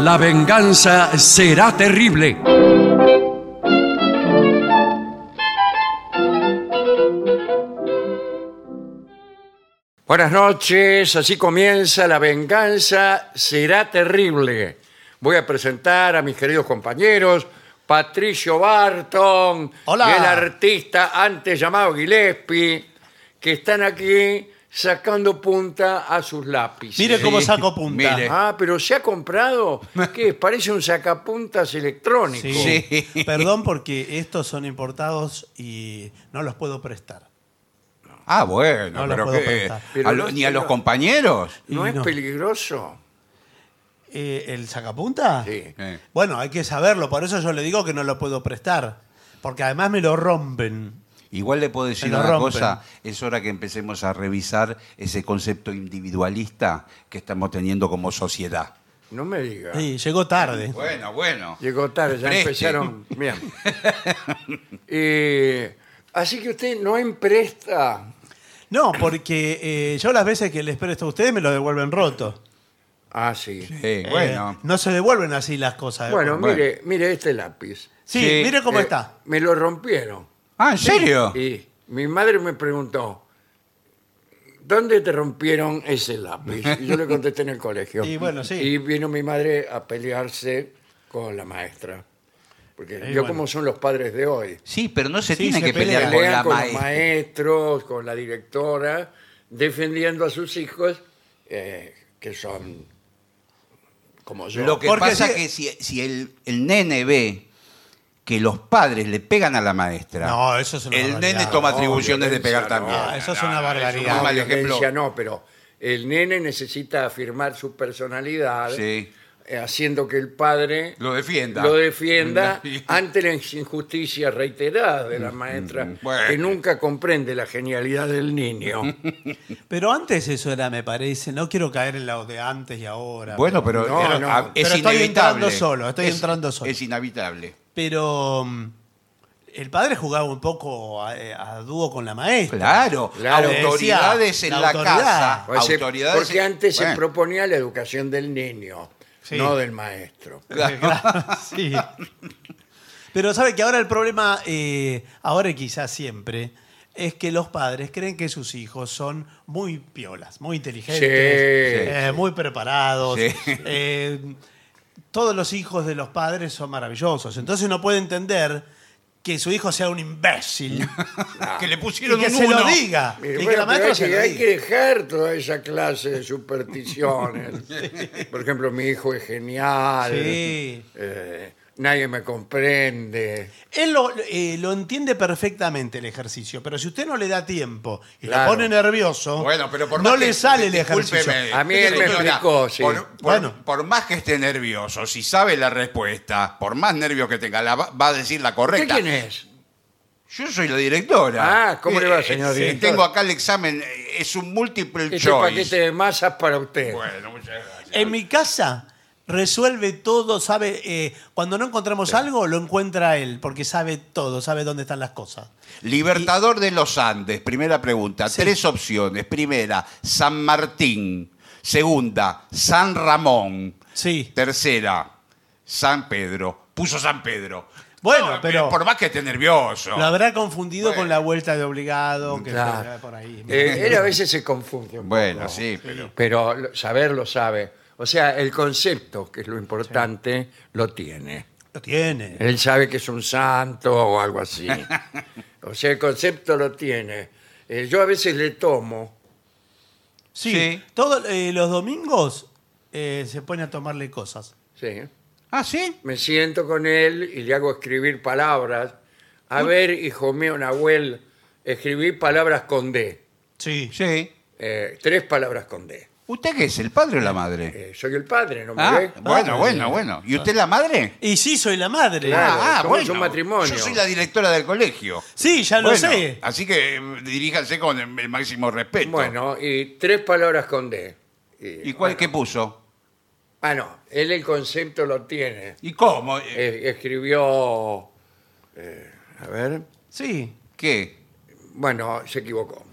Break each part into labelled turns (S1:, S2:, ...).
S1: La venganza será terrible. Buenas noches, así comienza La venganza será terrible. Voy a presentar a mis queridos compañeros, Patricio Barton,
S2: Hola.
S1: y el artista antes llamado Gillespie, que están aquí sacando punta a sus lápices.
S2: Mire cómo saco punta.
S3: mire.
S1: Ah, pero se ha comprado, ¿qué? Parece un sacapuntas electrónico.
S2: Sí.
S3: Sí.
S2: Perdón porque estos son importados y no los puedo prestar.
S3: Ah, bueno,
S2: No la
S3: pero,
S2: puedo
S3: que-
S2: pensar.
S1: Pero
S3: a lo-
S1: no
S3: ni
S1: sé,
S3: a los
S1: no.
S3: compañeros.
S1: ¿No
S2: Y
S1: es
S2: no.
S1: peligroso?
S2: Eh, ¿El sacapunta?
S1: Sí.
S3: Eh.
S2: Bueno, hay que saberlo, por eso yo le digo que no lo puedo prestar. Porque además me lo rompen.
S3: Igual le puedo decir
S2: Me lo
S3: una
S2: rompen.
S3: cosa, es hora que empecemos a revisar ese concepto individualista que estamos teniendo como sociedad.
S1: No me diga.
S2: Sí, llegó tarde.
S3: Bueno, bueno.
S1: Llegó tarde, ya
S3: Preste.
S1: empezaron. Bien. Eh, así que usted no empresta.
S2: No, porque eh, yo las veces que les presto a ustedes me lo devuelven roto.
S1: Ah, sí.
S3: Sí,
S2: Eh,
S3: bueno.
S2: no se devuelven así las cosas.
S1: Bueno,
S3: bueno.
S1: mire, mire este lápiz.
S2: sí,
S3: sí,
S2: mire cómo
S1: Eh,
S2: está.
S1: Me lo rompieron.
S3: Ah, ¿en serio?
S1: Y mi madre me preguntó, ¿dónde te rompieron ese lápiz? Y yo le contesté en el colegio.
S2: Y bueno, sí.
S1: Y vino mi madre a pelearse con la maestra. Porque
S2: Y
S1: yo
S2: bueno.
S1: como son los padres de hoy.
S3: Sí, pero no se
S2: Sí,
S3: tiene
S2: se
S3: que pelear con
S1: Pelean
S3: la
S1: con los
S3: maestra.
S1: maestros, con la directora, defendiendo a sus hijos, eh, que son como yo.
S3: Lo que
S2: Porque
S3: pasa
S2: si-
S3: es que si, si el, el nene ve que los padres le pegan a la maestra,
S2: No, eso es una
S3: el nene
S2: barbaridad.
S3: toma
S1: No,
S3: atribuciones de
S1: violencia,
S3: pegar también.
S2: no, eso es una
S3: Es
S2: barbaridad.
S3: un
S1: No,
S3: mal
S1: violencia
S3: ejemplo.
S1: no, pero el nene necesita afirmar su personalidad,
S3: Sí.
S1: eh, haciendo que el padre
S3: Lo defienda.
S1: lo defienda Ah,
S3: Sí.
S1: ante las injusticias reiteradas
S2: Mm,
S1: de la maestra,
S3: Bueno.
S1: que nunca comprende la genialidad del niño.
S2: Pero antes eso era, me parece. No quiero caer en lo de antes y ahora.
S3: Bueno, pero,
S1: No,
S3: pero-
S1: no.
S3: a-
S1: Pero
S3: es
S2: estoy
S3: inevitable.
S2: entrando solo, estoy
S3: Es-
S2: entrando solo.
S3: Es inevitable.
S2: Pero mm, el padre jugaba un poco a, eh, a dúo con la maestra.
S3: Claro,
S1: Claro.
S3: autoridades en
S2: La
S3: la, Pues
S2: autoridad.
S3: casa.
S1: O sea,
S3: autoridades
S1: porque
S3: en-
S1: antes se
S3: Bueno,
S1: proponía la educación del niño,
S2: Sí.
S1: no del maestro.
S2: Sí. Pero sabe que ahora el problema, eh, ahora y quizás siempre, es que los padres creen que sus hijos son muy piolas, muy inteligentes,
S1: Sí,
S2: eh,
S3: sí.
S2: muy preparados.
S3: Sí.
S2: Eh, todos los hijos de los padres son maravillosos. Entonces no puede entender que su hijo sea un imbécil.
S3: Ah. Que le pusieron
S2: y que
S3: un
S2: se lo
S3: uno.
S2: diga.
S1: Mire,
S2: y que
S1: bueno,
S2: la
S1: pero
S2: maestra
S1: hay
S2: se
S1: que-
S2: lo
S1: hay
S2: diga.
S1: que dejar toda esa clase de supersticiones. Por ejemplo, mi hijo es genial,
S2: Sí.
S1: eh, nadie me comprende.
S2: Él lo, eh, lo entiende perfectamente el ejercicio, pero si usted no le da tiempo y
S1: Claro.
S2: lo pone nervioso,
S3: Bueno, pero por
S2: no
S3: más
S2: le
S3: que-
S2: sale el
S3: discúlpeme,
S2: ejercicio.
S1: A mí él me
S3: señora,
S1: explicó, sí.
S3: Por, por-
S2: Bueno.
S3: por más que esté nervioso, si sabe la respuesta, por más nervios que tenga, la va, va a decir la
S1: ¿Usted
S3: correcta.
S1: quién es?
S3: Yo soy la directora.
S1: Ah, ¿cómo le va, señor
S3: sí,
S1: director?
S3: Tengo acá el examen, eh, es un multiple
S1: Este paquete
S3: choice.
S1: de masas para usted.
S3: Bueno, muchas gracias.
S2: En mi casa resuelve todo, sabe, eh, cuando no encontramos algo, lo encuentra él, porque sabe todo, sabe dónde están las cosas.
S3: Libertador de los Andes, primera pregunta.
S2: Sí.
S3: Tres opciones. Primera, San Martín. Segunda, San Ramón.
S2: Sí.
S3: Tercera, San Pedro. Puso San Pedro.
S2: Bueno, pero-
S3: Por más que esté nervioso.
S2: Lo habrá confundido
S3: Bueno.
S2: con la vuelta de obligado, que
S1: Claro.
S2: fue por ahí.
S1: Eh, él a veces se confunde. un
S3: Bueno,
S1: poco,
S3: sí, pero.
S1: Pero lo- saberlo sabe. O sea, el concepto, que es lo importante, lo tiene.
S2: Lo tiene.
S1: Él sabe que es un santo o algo así. o sea, el concepto lo tiene. Eh, yo a veces le tomo.
S2: Sí.
S3: Sí.
S2: Todos eh, los domingos eh, se pone a tomarle cosas.
S1: Sí.
S3: Ah, sí.
S1: Me siento con él y le hago escribir palabras. A ver, hijo mío, Nahuel, escribí palabras con D.
S2: Sí.
S3: Sí.
S1: Eh, tres palabras con D.
S3: ¿Usted qué es? ¿El padre o la madre?
S1: Eh, soy el padre, ¿no me
S3: Ah,
S1: ve?
S3: bueno,
S2: Ah,
S3: bueno,
S2: sí.
S3: bueno. ¿Y usted la madre?
S2: Y sí, soy la madre.
S1: Claro.
S3: ah,
S1: somos un matrimonio.
S3: Yo soy la directora del colegio.
S2: Sí, ya lo
S3: Bueno,
S2: sé.
S3: Así que eh, diríjanse con el, el máximo respeto.
S1: Bueno, y tres palabras con D.
S3: ¿Y cuál que puso?
S1: Ah, no, él el concepto lo tiene.
S3: ¿Y cómo? Eh,
S1: Eh, escribió... eh, a ver...
S2: Sí.
S3: ¿Qué?
S1: Bueno, se equivocó.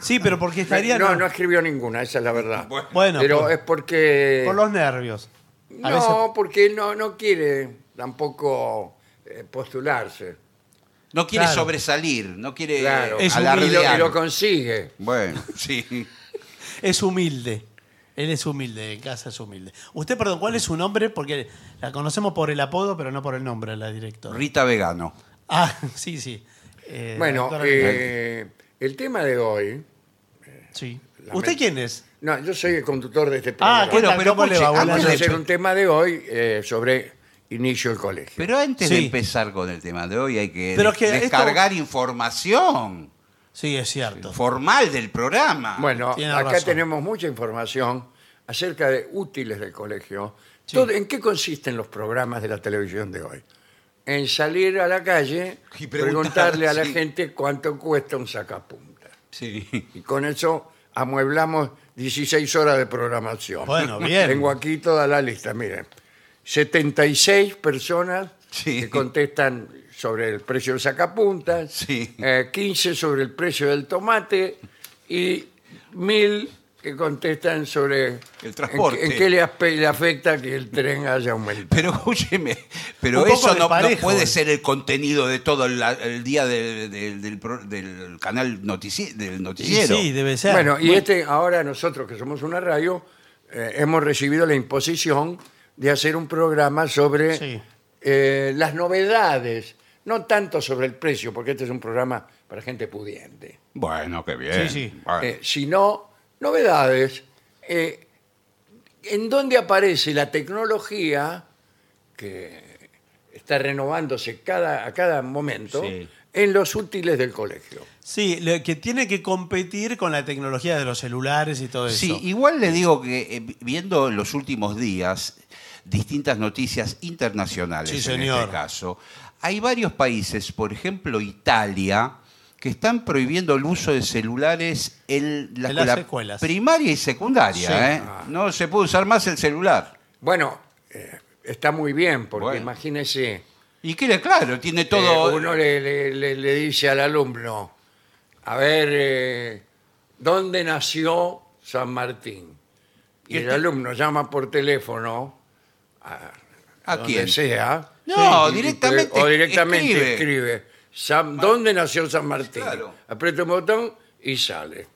S2: Sí, pero porque estaría.
S1: no, no escribió ninguna, esa es la verdad.
S3: Bueno,
S2: Bueno, pues,
S1: Pero
S2: por,
S1: es porque
S2: por los nervios. A veces-
S1: No, porque él no, no quiere tampoco eh, postularse.
S3: No quiere
S2: Claro.
S3: sobresalir, no quiere eh,
S1: Claro.
S2: Es Eh,
S1: y, lo,
S3: alardear.
S1: y lo consigue.
S3: Bueno, sí.
S2: Es humilde. Él es humilde, en casa es humilde. Usted, perdón, ¿cuál es su nombre? Porque la conocemos por el apodo, pero no por el nombre, la directora.
S3: Rita Vegano.
S2: Ah, sí, sí. Eh,
S1: Bueno,
S2: doctora-
S1: eh, el tema de hoy.
S2: sí.
S1: lamento.
S2: ¿Usted quién es?
S1: No, yo soy el conductor de este programa.
S2: Ah, ¿qué
S3: Bueno,
S2: tal?
S3: pero
S2: ¿Cómo le
S3: escuche,
S2: va? Buenas
S1: Vamos a
S3: antes de-
S1: hacer
S2: noches.
S1: un tema de hoy eh, sobre inicio del colegio.
S3: Pero antes de
S2: Sí.
S3: empezar con el tema de hoy hay que,
S2: Pero es que esto-
S3: descargar información
S2: Sí, es cierto.
S3: formal del programa.
S1: Bueno,
S2: Tiene
S1: acá
S2: razón.
S1: tenemos mucha información acerca de útiles del colegio.
S2: Sí.
S1: Todo- ¿En qué consisten los programas de la televisión de hoy? En salir a la calle
S3: Y
S1: y
S3: preguntar,
S1: preguntarle a la
S3: sí.
S1: gente cuánto cuesta un sacapunta.
S3: Sí.
S1: Y con eso amueblamos 16 horas de programación.
S2: Bueno, bien.
S1: Tengo aquí toda la lista, miren. 76 personas
S3: Sí.
S1: que contestan sobre el precio del sacapuntas,
S3: Sí.
S1: eh, 15 sobre el precio del tomate y 1000 que contestan sobre
S3: El transporte.
S1: en, qué- en qué le, aspe- le afecta que el tren haya aumentado.
S3: Pero escúcheme, pero
S2: Un poco eh.
S3: eso no- no,
S2: desparejo.
S3: puede ser el contenido de todo la- el día de- de- del, pro- del canal notici- del
S2: Sí,
S3: noticiero.
S2: sí, debe ser.
S1: Bueno, y este, ahora nosotros que somos una radio, eh, hemos recibido la imposición de hacer un programa sobre
S2: Sí.
S1: eh, las novedades, no tanto sobre el precio, porque este es un programa para gente pudiente,
S3: Bueno, qué bien.
S2: Sí, sí.
S3: Bueno.
S1: eh, sino novedades. eh, en donde aparece la tecnología que está renovándose cada, a cada momento
S3: Sí.
S1: en los útiles del colegio.
S2: Sí, lo que tiene que competir con la tecnología de los celulares y todo eso.
S3: Sí, igual le digo que eh, viendo en los últimos días distintas noticias internacionales
S2: Sí,
S3: en
S2: señor.
S3: este caso, hay varios países, por ejemplo Italia, que están prohibiendo el uso de celulares en la
S2: En las
S3: escuela
S2: escuelas.
S3: primaria y secundaria.
S2: Sí. Ah.
S3: ¿eh? No se puede usar más el celular.
S1: Bueno, eh, está muy bien, porque
S3: Bueno.
S1: imagínese...
S3: Y que claro, tiene
S1: Eh,
S3: todo...
S1: uno le, le- le- le dice al alumno, a ver, eh, ¿dónde nació San Martín? Y
S3: este?
S1: el alumno llama por teléfono,
S3: ¿A
S1: donde
S3: quién?
S1: sea.
S3: No,
S1: y-
S3: directamente
S1: O directamente
S3: escribe.
S1: escribe, San- ¿dónde nació San Martín?
S3: Claro.
S1: Aprieta un botón y sale.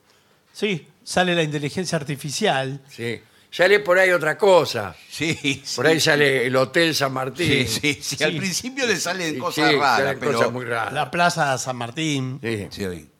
S2: Sí, sale la inteligencia artificial.
S1: ¿sí? Sale por ahí otra cosa.
S3: Sí, sí.
S1: Por ahí sale el Hotel San Martín.
S3: Sí, sí, sí.
S2: Sí.
S3: Al principio le salen
S1: Y
S3: cosas
S1: sí,
S3: raras,
S1: salen
S3: pero...
S1: cosas muy raras.
S2: La plaza San Martín.
S1: Sí.
S3: Sí.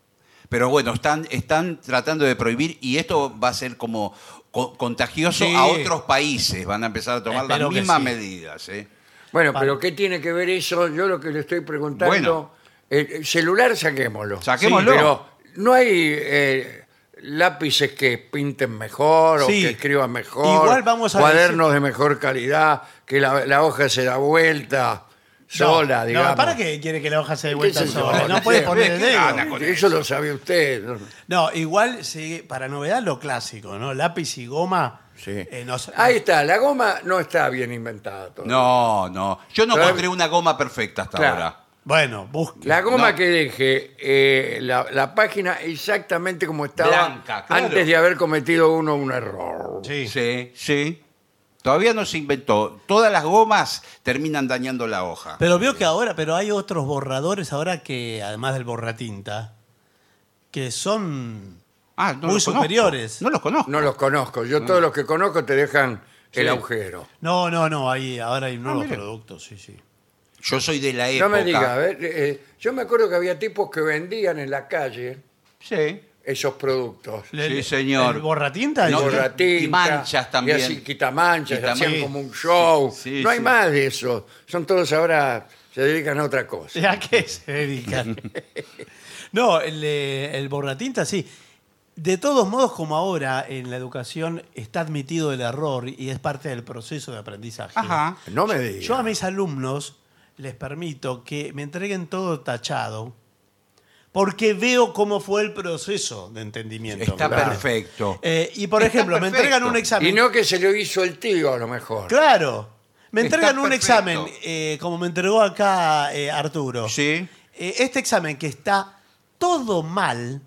S3: Pero bueno, están, están tratando de prohibir y esto va a ser como co- contagioso
S2: Sí.
S3: a otros países. Van a empezar a tomar
S2: Espero
S3: las
S2: que
S3: mismas
S2: sí.
S3: medidas. ¿eh?
S1: Bueno,
S2: Pa-
S1: pero ¿qué tiene que ver eso? Yo lo que le estoy preguntando.
S3: Bueno.
S1: eh, el celular, saquémoslo.
S3: Saquémoslo.
S1: Sí, pero no hay eh, lápices que pinten mejor o
S2: Sí.
S1: que escriban mejor.
S2: Igual vamos a
S1: Cuadernos de mejor calidad, que la, la hoja se da vuelta sola,
S2: no,
S1: digamos.
S2: No, ¿para qué quiere que la hoja se dé
S1: ¿Qué
S2: vuelta
S1: sé yo?
S2: sola? No puede
S1: sé.
S2: poner el
S3: ¿Qué gana
S2: dedo.
S3: con
S1: Eso lo sabe usted.
S2: No, igual sí, para novedad lo clásico, ¿no? Lápiz y goma.
S1: Sí.
S2: eh, nos-
S1: Ahí está, la goma no está bien inventada. todavía.
S3: No, no. Yo no
S1: Claro.
S3: encontré una goma perfecta hasta
S1: Claro.
S3: ahora.
S2: Bueno, busque.
S1: La goma
S3: No.
S1: que deje eh, la, la página exactamente como estaba
S3: Blanca, claro.
S1: antes de haber cometido uno un error.
S2: Sí.
S3: Sí, sí. Todavía no se inventó. Todas las gomas terminan dañando la hoja.
S2: Pero veo que ahora, pero hay otros borradores ahora que, además del borratinta, que son
S3: Ah,
S2: muy
S3: los conozco.
S2: superiores.
S3: No los conozco.
S1: No los conozco. Yo todos los que conozco te dejan el agujero.
S2: No, no, no, ahí ahora
S1: Ah,
S2: hay nuevos
S3: mire.
S2: productos, sí, sí.
S3: Yo soy de la época.
S1: No me diga, a ver, eh, yo me acuerdo que había tipos que vendían en la calle
S3: Sí.
S1: esos productos.
S2: Le-
S3: Sí,
S2: le-
S3: señor.
S2: ¿El borratinta?
S3: No,
S2: Digo,
S1: Borratinta,
S3: y manchas también.
S1: Y así quitamanchas,
S3: Quitaman-
S1: hacían como un show.
S3: Sí, sí,
S1: no hay
S3: sí.
S1: más de eso. Son todos ahora, se dedican a otra cosa.
S2: ¿A qué se dedican? no, el, eh, el borratinta sí. De todos modos, como ahora en la educación está admitido el error y es parte del proceso de aprendizaje.
S3: Ajá.
S1: No me diga.
S2: Yo a mis alumnos les permito que me entreguen todo tachado porque veo cómo fue el proceso de entendimiento.
S3: Está
S1: Claro.
S3: perfecto.
S2: Eh, y por
S3: Está
S2: ejemplo, me
S3: perfecto.
S2: entregan un examen.
S1: Y no que se lo hizo el tío a lo mejor.
S2: Claro. Me
S3: Está
S2: entregan un
S3: perfecto.
S2: examen, eh, como me entregó acá eh, Arturo.
S3: Sí.
S2: Eh, este examen que está todo mal,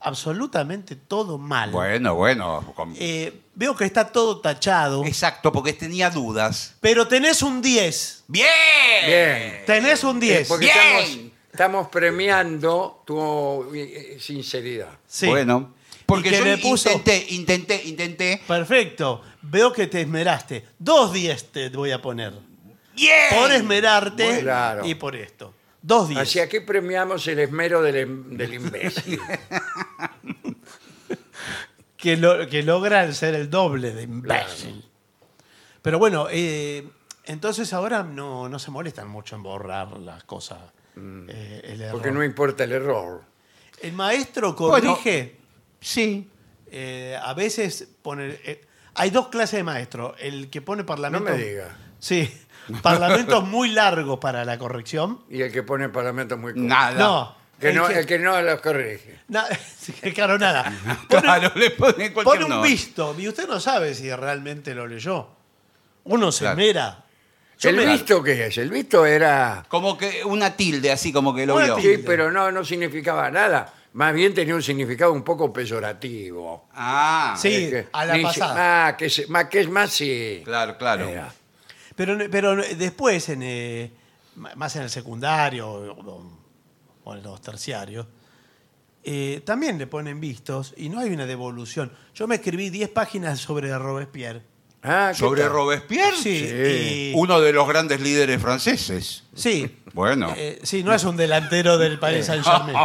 S2: absolutamente todo mal.
S3: Bueno, bueno. con-
S2: Eh, veo que está todo tachado,
S3: Exacto, porque tenía dudas.
S2: pero tenés un 10.
S3: ¡Bien!
S1: Bien.
S2: Tenés un 10.
S1: Eh, Porque
S3: Bien.
S1: estamos, estamos premiando tu eh, sinceridad.
S2: Sí.
S3: Bueno. Porque
S2: Y que
S3: yo
S2: le puso-
S3: intenté, intenté, intenté.
S2: Perfecto. Veo que te esmeraste. Dos 10 te voy a poner.
S3: ¡Bien!
S2: Por esmerarte
S1: Bueno, claro.
S2: y por esto. Dos 10.
S1: Así aquí premiamos el esmero del, em- del imbécil.
S2: que, lo- que logran ser el doble de imbécil. Pero bueno, eh, entonces ahora no, no se molestan mucho en borrar las cosas. eh, el,
S1: Mm.
S2: error.
S1: Porque no importa el error.
S2: el maestro
S3: Bueno.
S2: corrige,
S3: Sí.
S2: eh, a veces pone... eh, hay dos clases de maestro. El que pone parlamentos...
S1: No me diga.
S2: Sí, parlamentos muy largos para la corrección.
S1: Y el que pone parlamento muy corto.
S3: Nada.
S2: No.
S1: Que
S2: el
S1: no,
S2: que-
S1: el que no los corrige.
S2: na- sí, claro, nada. Pone-
S3: Claro, le pone cualquier
S2: Pone un
S3: no.
S2: visto y usted no sabe si realmente lo leyó. Uno se
S3: Claro.
S2: mera. Yo
S1: ¿El
S2: me-
S1: visto qué es? El visto era...
S3: Como que una tilde, así como que lo
S2: Una
S3: vio.
S2: tilde.
S1: Sí, pero no, no significaba nada. Más bien tenía un significado un poco peyorativo.
S3: Ah.
S2: Sí.
S1: Es que-
S2: a la
S1: ni si-
S2: pasada.
S1: ah, que, se- ma- que es más sí.
S3: Claro, claro.
S2: Eh, ah,
S1: Era.
S2: Pero, pero después, en, eh, ma- más en el secundario o, o en los terciarios, eh, también le ponen vistos y no hay una devolución. Yo me escribí 10 páginas sobre Robespierre.
S1: Ah, ¿qué
S3: Sobre
S1: tal?
S3: Robespierre,
S2: Sí,
S1: Sí.
S2: y-
S3: uno de los grandes líderes franceses.
S2: sí,
S3: Bueno.
S2: eh, sí, no es un delantero del Paris Saint-Germain.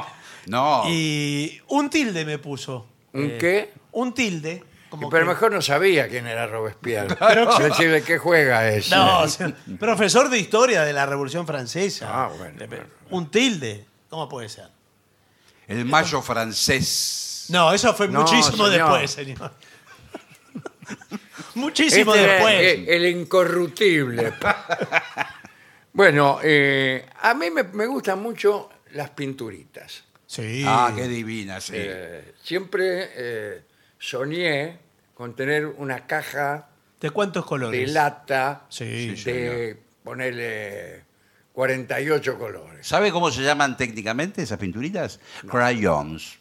S3: no.
S2: Y un tilde me puso. Eh,
S1: ¿Un qué?
S2: Un tilde. Como
S1: Pero a
S2: que-
S1: lo mejor no sabía quién era Robespierre. Pero Es decir, ¿de qué juega ese?
S2: No, o sea, profesor de historia de la Revolución Francesa.
S1: Ah, bueno,
S2: Le-
S1: bueno.
S2: Un tilde. ¿Cómo puede ser?
S3: El mayo francés.
S2: No, eso fue
S1: No,
S2: muchísimo
S1: señor.
S2: después, señor.
S1: Este
S2: muchísimo
S1: era
S2: después.
S1: el- el incorruptible. bueno, eh, a mí me, me gustan mucho las pinturitas.
S2: sí.
S3: Ah, qué divina, sí.
S1: Eh, siempre eh, soñé con tener una caja
S2: ¿De cuántos
S1: de
S2: colores?
S1: lata
S2: Sí,
S3: Sí,
S1: de ponerle 48 colores.
S3: ¿Sabe cómo se llaman técnicamente esas pinturitas? Crayons.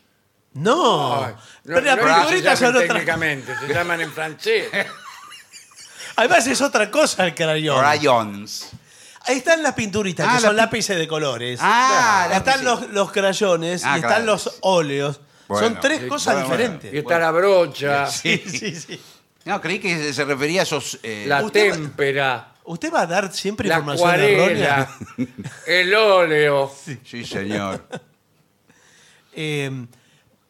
S2: No.
S1: Ay, no-
S2: Pero las
S1: no es que se
S2: pinturitas
S1: llamen
S2: son otra.
S1: técnicamente, se llaman en francés.
S2: Además es otra cosa el crayón.
S3: Crayons.
S2: Ahí están las pinturitas,
S3: Ah,
S2: que son
S3: la
S2: lápices de colores.
S3: Ah,
S2: Ahí están
S3: lápices.
S2: los, los crayones
S3: Ah,
S2: y están
S3: claro.
S2: los óleos. son
S3: Bueno.
S2: tres
S3: Sí,
S2: cosas
S3: bueno, bueno.
S2: diferentes.
S1: Y está la brocha,
S2: sí, sí, sí.
S3: No, creí que se refería a esos. eh,
S1: la
S2: Usted-
S1: témpera,
S2: ¿Usted va a dar siempre
S1: la
S2: información
S1: acuarela,
S2: errónea?
S1: el óleo.
S3: Sí, señor.
S2: Eh,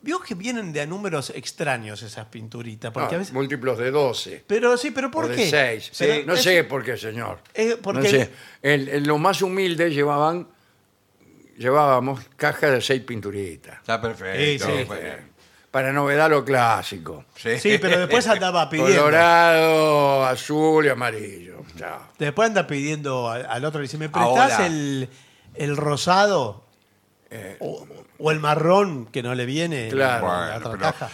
S2: Vio que vienen de a números extraños esas pinturitas. Porque
S1: No,
S2: a veces-
S1: Ah, Múltiplos de 12.
S2: Pero sí, pero
S1: o
S2: ¿por
S1: de
S2: qué?
S1: seis.
S2: Pero
S1: no
S2: es-
S1: sé por qué, señor.
S2: Eh, porque-
S1: No sé. El- el- los más humildes llevaban, llevábamos cajas de seis pinturitas.
S3: Está perfecto.
S2: Sí, sí.
S3: bueno.
S1: Para novedad lo clásico.
S3: Sí.
S2: Sí, pero después andaba pidiendo.
S1: Colorado, azul y amarillo. Chao.
S2: Después anda pidiendo al, al otro. Le dice, ¿me prestás
S3: Ahora.
S2: el, el rosado? o, o el marrón que no le viene en
S1: Eh. Claro.
S2: la
S3: Bueno,
S2: otra
S3: pero
S2: caja.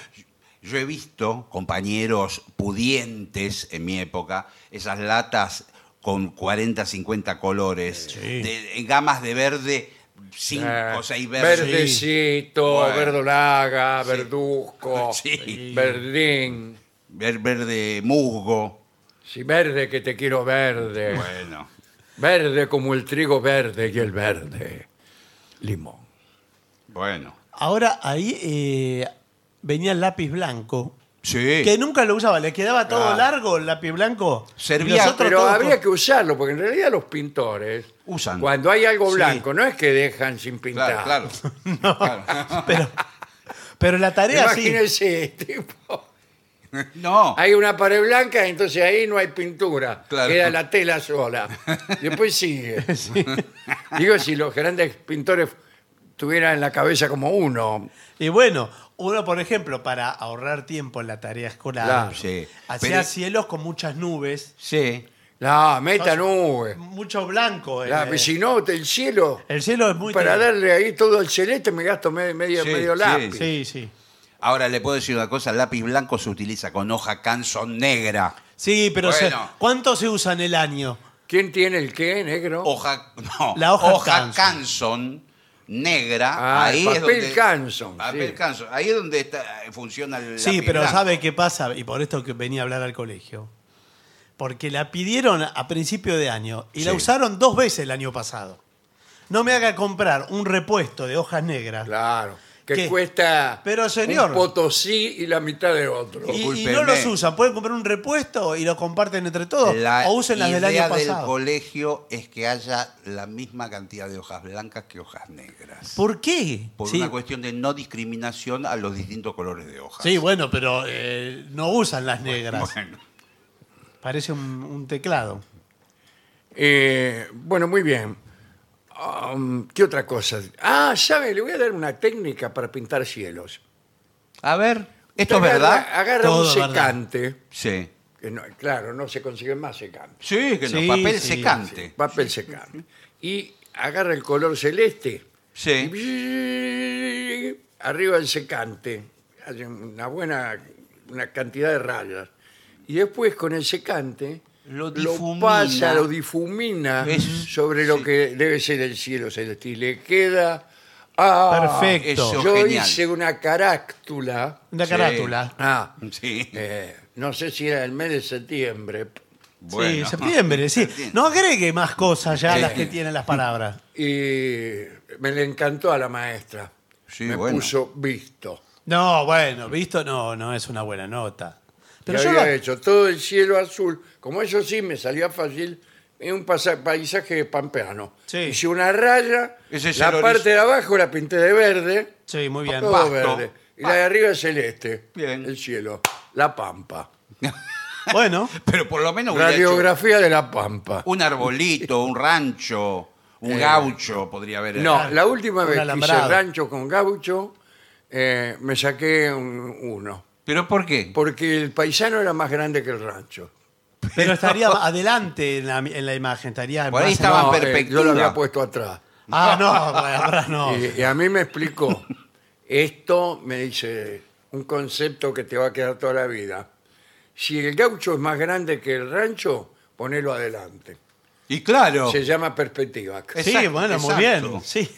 S3: yo he visto compañeros pudientes en mi época, esas latas con 40, 50 colores, de- en gamas de verde, 5
S1: Eh,
S3: o 6 verdes.
S1: verdecito,
S3: Bueno.
S1: verdolaga, verduzco,
S3: Sí.
S1: verdín.
S3: Ver- verde musgo.
S1: Sí, verde que te quiero verde.
S3: Bueno.
S1: Verde como el trigo verde y el verde. Limón.
S3: Bueno.
S2: Ahora ahí eh, venía el lápiz blanco.
S3: Sí.
S2: Que nunca lo usaba, le quedaba todo
S1: Claro.
S2: largo el lápiz blanco.
S3: Servía,
S2: Y nosotros
S1: Pero
S2: todos
S1: habría
S2: con-
S1: que usarlo, porque en realidad los pintores,
S3: Usan.
S1: cuando hay algo
S2: Sí.
S1: blanco, no es que dejan sin pintar.
S3: Claro, claro. Claro.
S2: Pero, pero la tarea sí.
S1: Imagínense, tipo,
S3: No.
S1: hay una pared blanca, entonces ahí no hay pintura,
S3: Claro.
S1: queda la tela sola. Después sigue. Digo, si los grandes pintores tuvieran en la cabeza como uno,
S2: Y bueno, uno, por ejemplo, para ahorrar tiempo en la tarea escolar,
S1: Claro,
S3: sí.
S2: hacía
S3: Pero-
S2: cielos con muchas nubes,
S3: Sí.
S1: la meta nube,
S2: mucho blanco. en
S1: la,
S2: el-
S1: si no, el cielo,
S2: el cielo es muy...
S1: para darle ahí todo el celeste me gasto me- medio,
S3: Sí,
S1: medio
S3: sí.
S1: lápiz.
S2: Sí, sí.
S3: Ahora le puedo decir una cosa, el lápiz blanco se utiliza con hoja canson negra.
S2: Sí, pero se-
S3: Bueno.
S2: ¿cuánto se usa en el año?
S1: ¿Quién tiene el qué, negro?
S3: Hoja, no,
S2: La hoja Canson.
S3: Canson negra.
S1: Ah,
S3: ahí
S1: el
S3: es
S1: papel
S3: donde-
S1: Canson,
S3: Papel
S1: sí.
S3: Canson. Ahí es donde está- funciona el.
S2: Sí,
S3: lápiz
S2: pero
S3: blanco.
S2: ¿sabe qué pasa? Y por esto que venía a hablar al colegio. Porque la pidieron a principio de año y la
S3: Sí.
S2: usaron dos veces el año pasado. No me haga comprar un repuesto de hojas negras.
S1: Claro. Que
S2: ¿Qué?
S1: cuesta
S2: Pero, señor.
S1: un potosí y la mitad de otro.
S2: Y- Y,
S3: Discúlpeme.
S2: no los usan. Pueden comprar un repuesto y lo comparten entre todos.
S3: La
S2: o usen las del
S3: idea
S2: año
S3: del
S2: pasado.
S3: colegio es que haya la misma cantidad de hojas blancas que hojas negras.
S2: ¿Por qué?
S3: Por
S2: sí.
S3: una cuestión de no discriminación a los distintos colores de hojas.
S2: Sí, bueno, pero eh, no usan las negras.
S3: Bueno,
S2: Parece un, un teclado.
S1: Eh, bueno, muy bien. Um, ¿Qué otra cosa? Ah, ¿sabe? Le voy a dar una técnica para pintar cielos.
S3: A ver, ¿esto es
S1: Usted agarra-
S3: verdad?
S1: Agarra un
S2: Todo verdad.
S1: secante.
S3: Sí.
S1: que no- claro, no se consiguen más secantes.
S3: Sí, que no,
S2: Sí,
S3: papel
S2: sí,
S3: secante.
S1: Papel secante. Y agarra el color celeste.
S3: Sí.
S1: Y arriba el secante. Hay una buena una cantidad de rayas. Y después con el secante
S3: Lo difumina.
S1: pasa, lo difumina
S3: Es-
S1: sobre lo
S3: sí.
S1: que debe ser el cielo celeste. Y le queda. ah,
S2: Perfecto.
S3: eso,
S1: Yo
S3: genial.
S1: hice una caráctula.
S2: Una
S3: Sí.
S2: carátula.
S1: Ah,
S3: Sí.
S1: eh, no sé si era el mes de septiembre.
S3: Bueno.
S2: Sí, septiembre, sí. No agregue más cosas ya a las
S3: Sí.
S2: que tienen las palabras.
S1: Y me le encantó a la maestra.
S3: Sí,
S1: me
S3: bueno.
S1: puso visto.
S2: No, bueno, visto, no, no es una buena nota. Pero
S1: y
S2: yo
S1: había
S2: lo-
S1: hecho todo el cielo azul. Como eso sí, me salía fácil en un pasa- paisaje pampeano.
S2: Sí.
S1: Hice una raya,
S3: Ese es
S1: la
S3: el ori-
S1: parte de abajo la pinté de verde,
S2: Sí, muy bien.
S1: todo
S3: Pasto.
S1: verde. Y la de arriba es celeste,
S3: Bien.
S1: el cielo, la pampa.
S2: Bueno,
S3: Pero por lo menos hubiera hecho
S1: Radiografía de la pampa.
S3: un arbolito, un rancho, un gaucho podría haber.
S1: Eh. No, la última
S2: Un
S1: vez que hice
S2: alambrado.
S1: rancho con gaucho, eh, me saqué un- uno.
S3: ¿Pero por qué?
S1: Porque el paisano era más grande que el rancho.
S2: pero estaría adelante en la, en la imagen, estaría
S3: Por ahí
S2: más-
S3: estaba-
S1: No, eh,
S3: perspectiva.
S1: yo lo había puesto atrás.
S2: Ah, no, ahora no.
S1: Y, y a mí me explicó, esto me dice un concepto que te va a quedar toda la vida. Si el gaucho es más grande que el rancho, ponelo adelante.
S3: Y claro,
S1: Se llama perspectiva.
S3: Es-
S2: Sí,
S3: exacto,
S2: bueno, muy
S3: exacto.
S2: bien. Sí,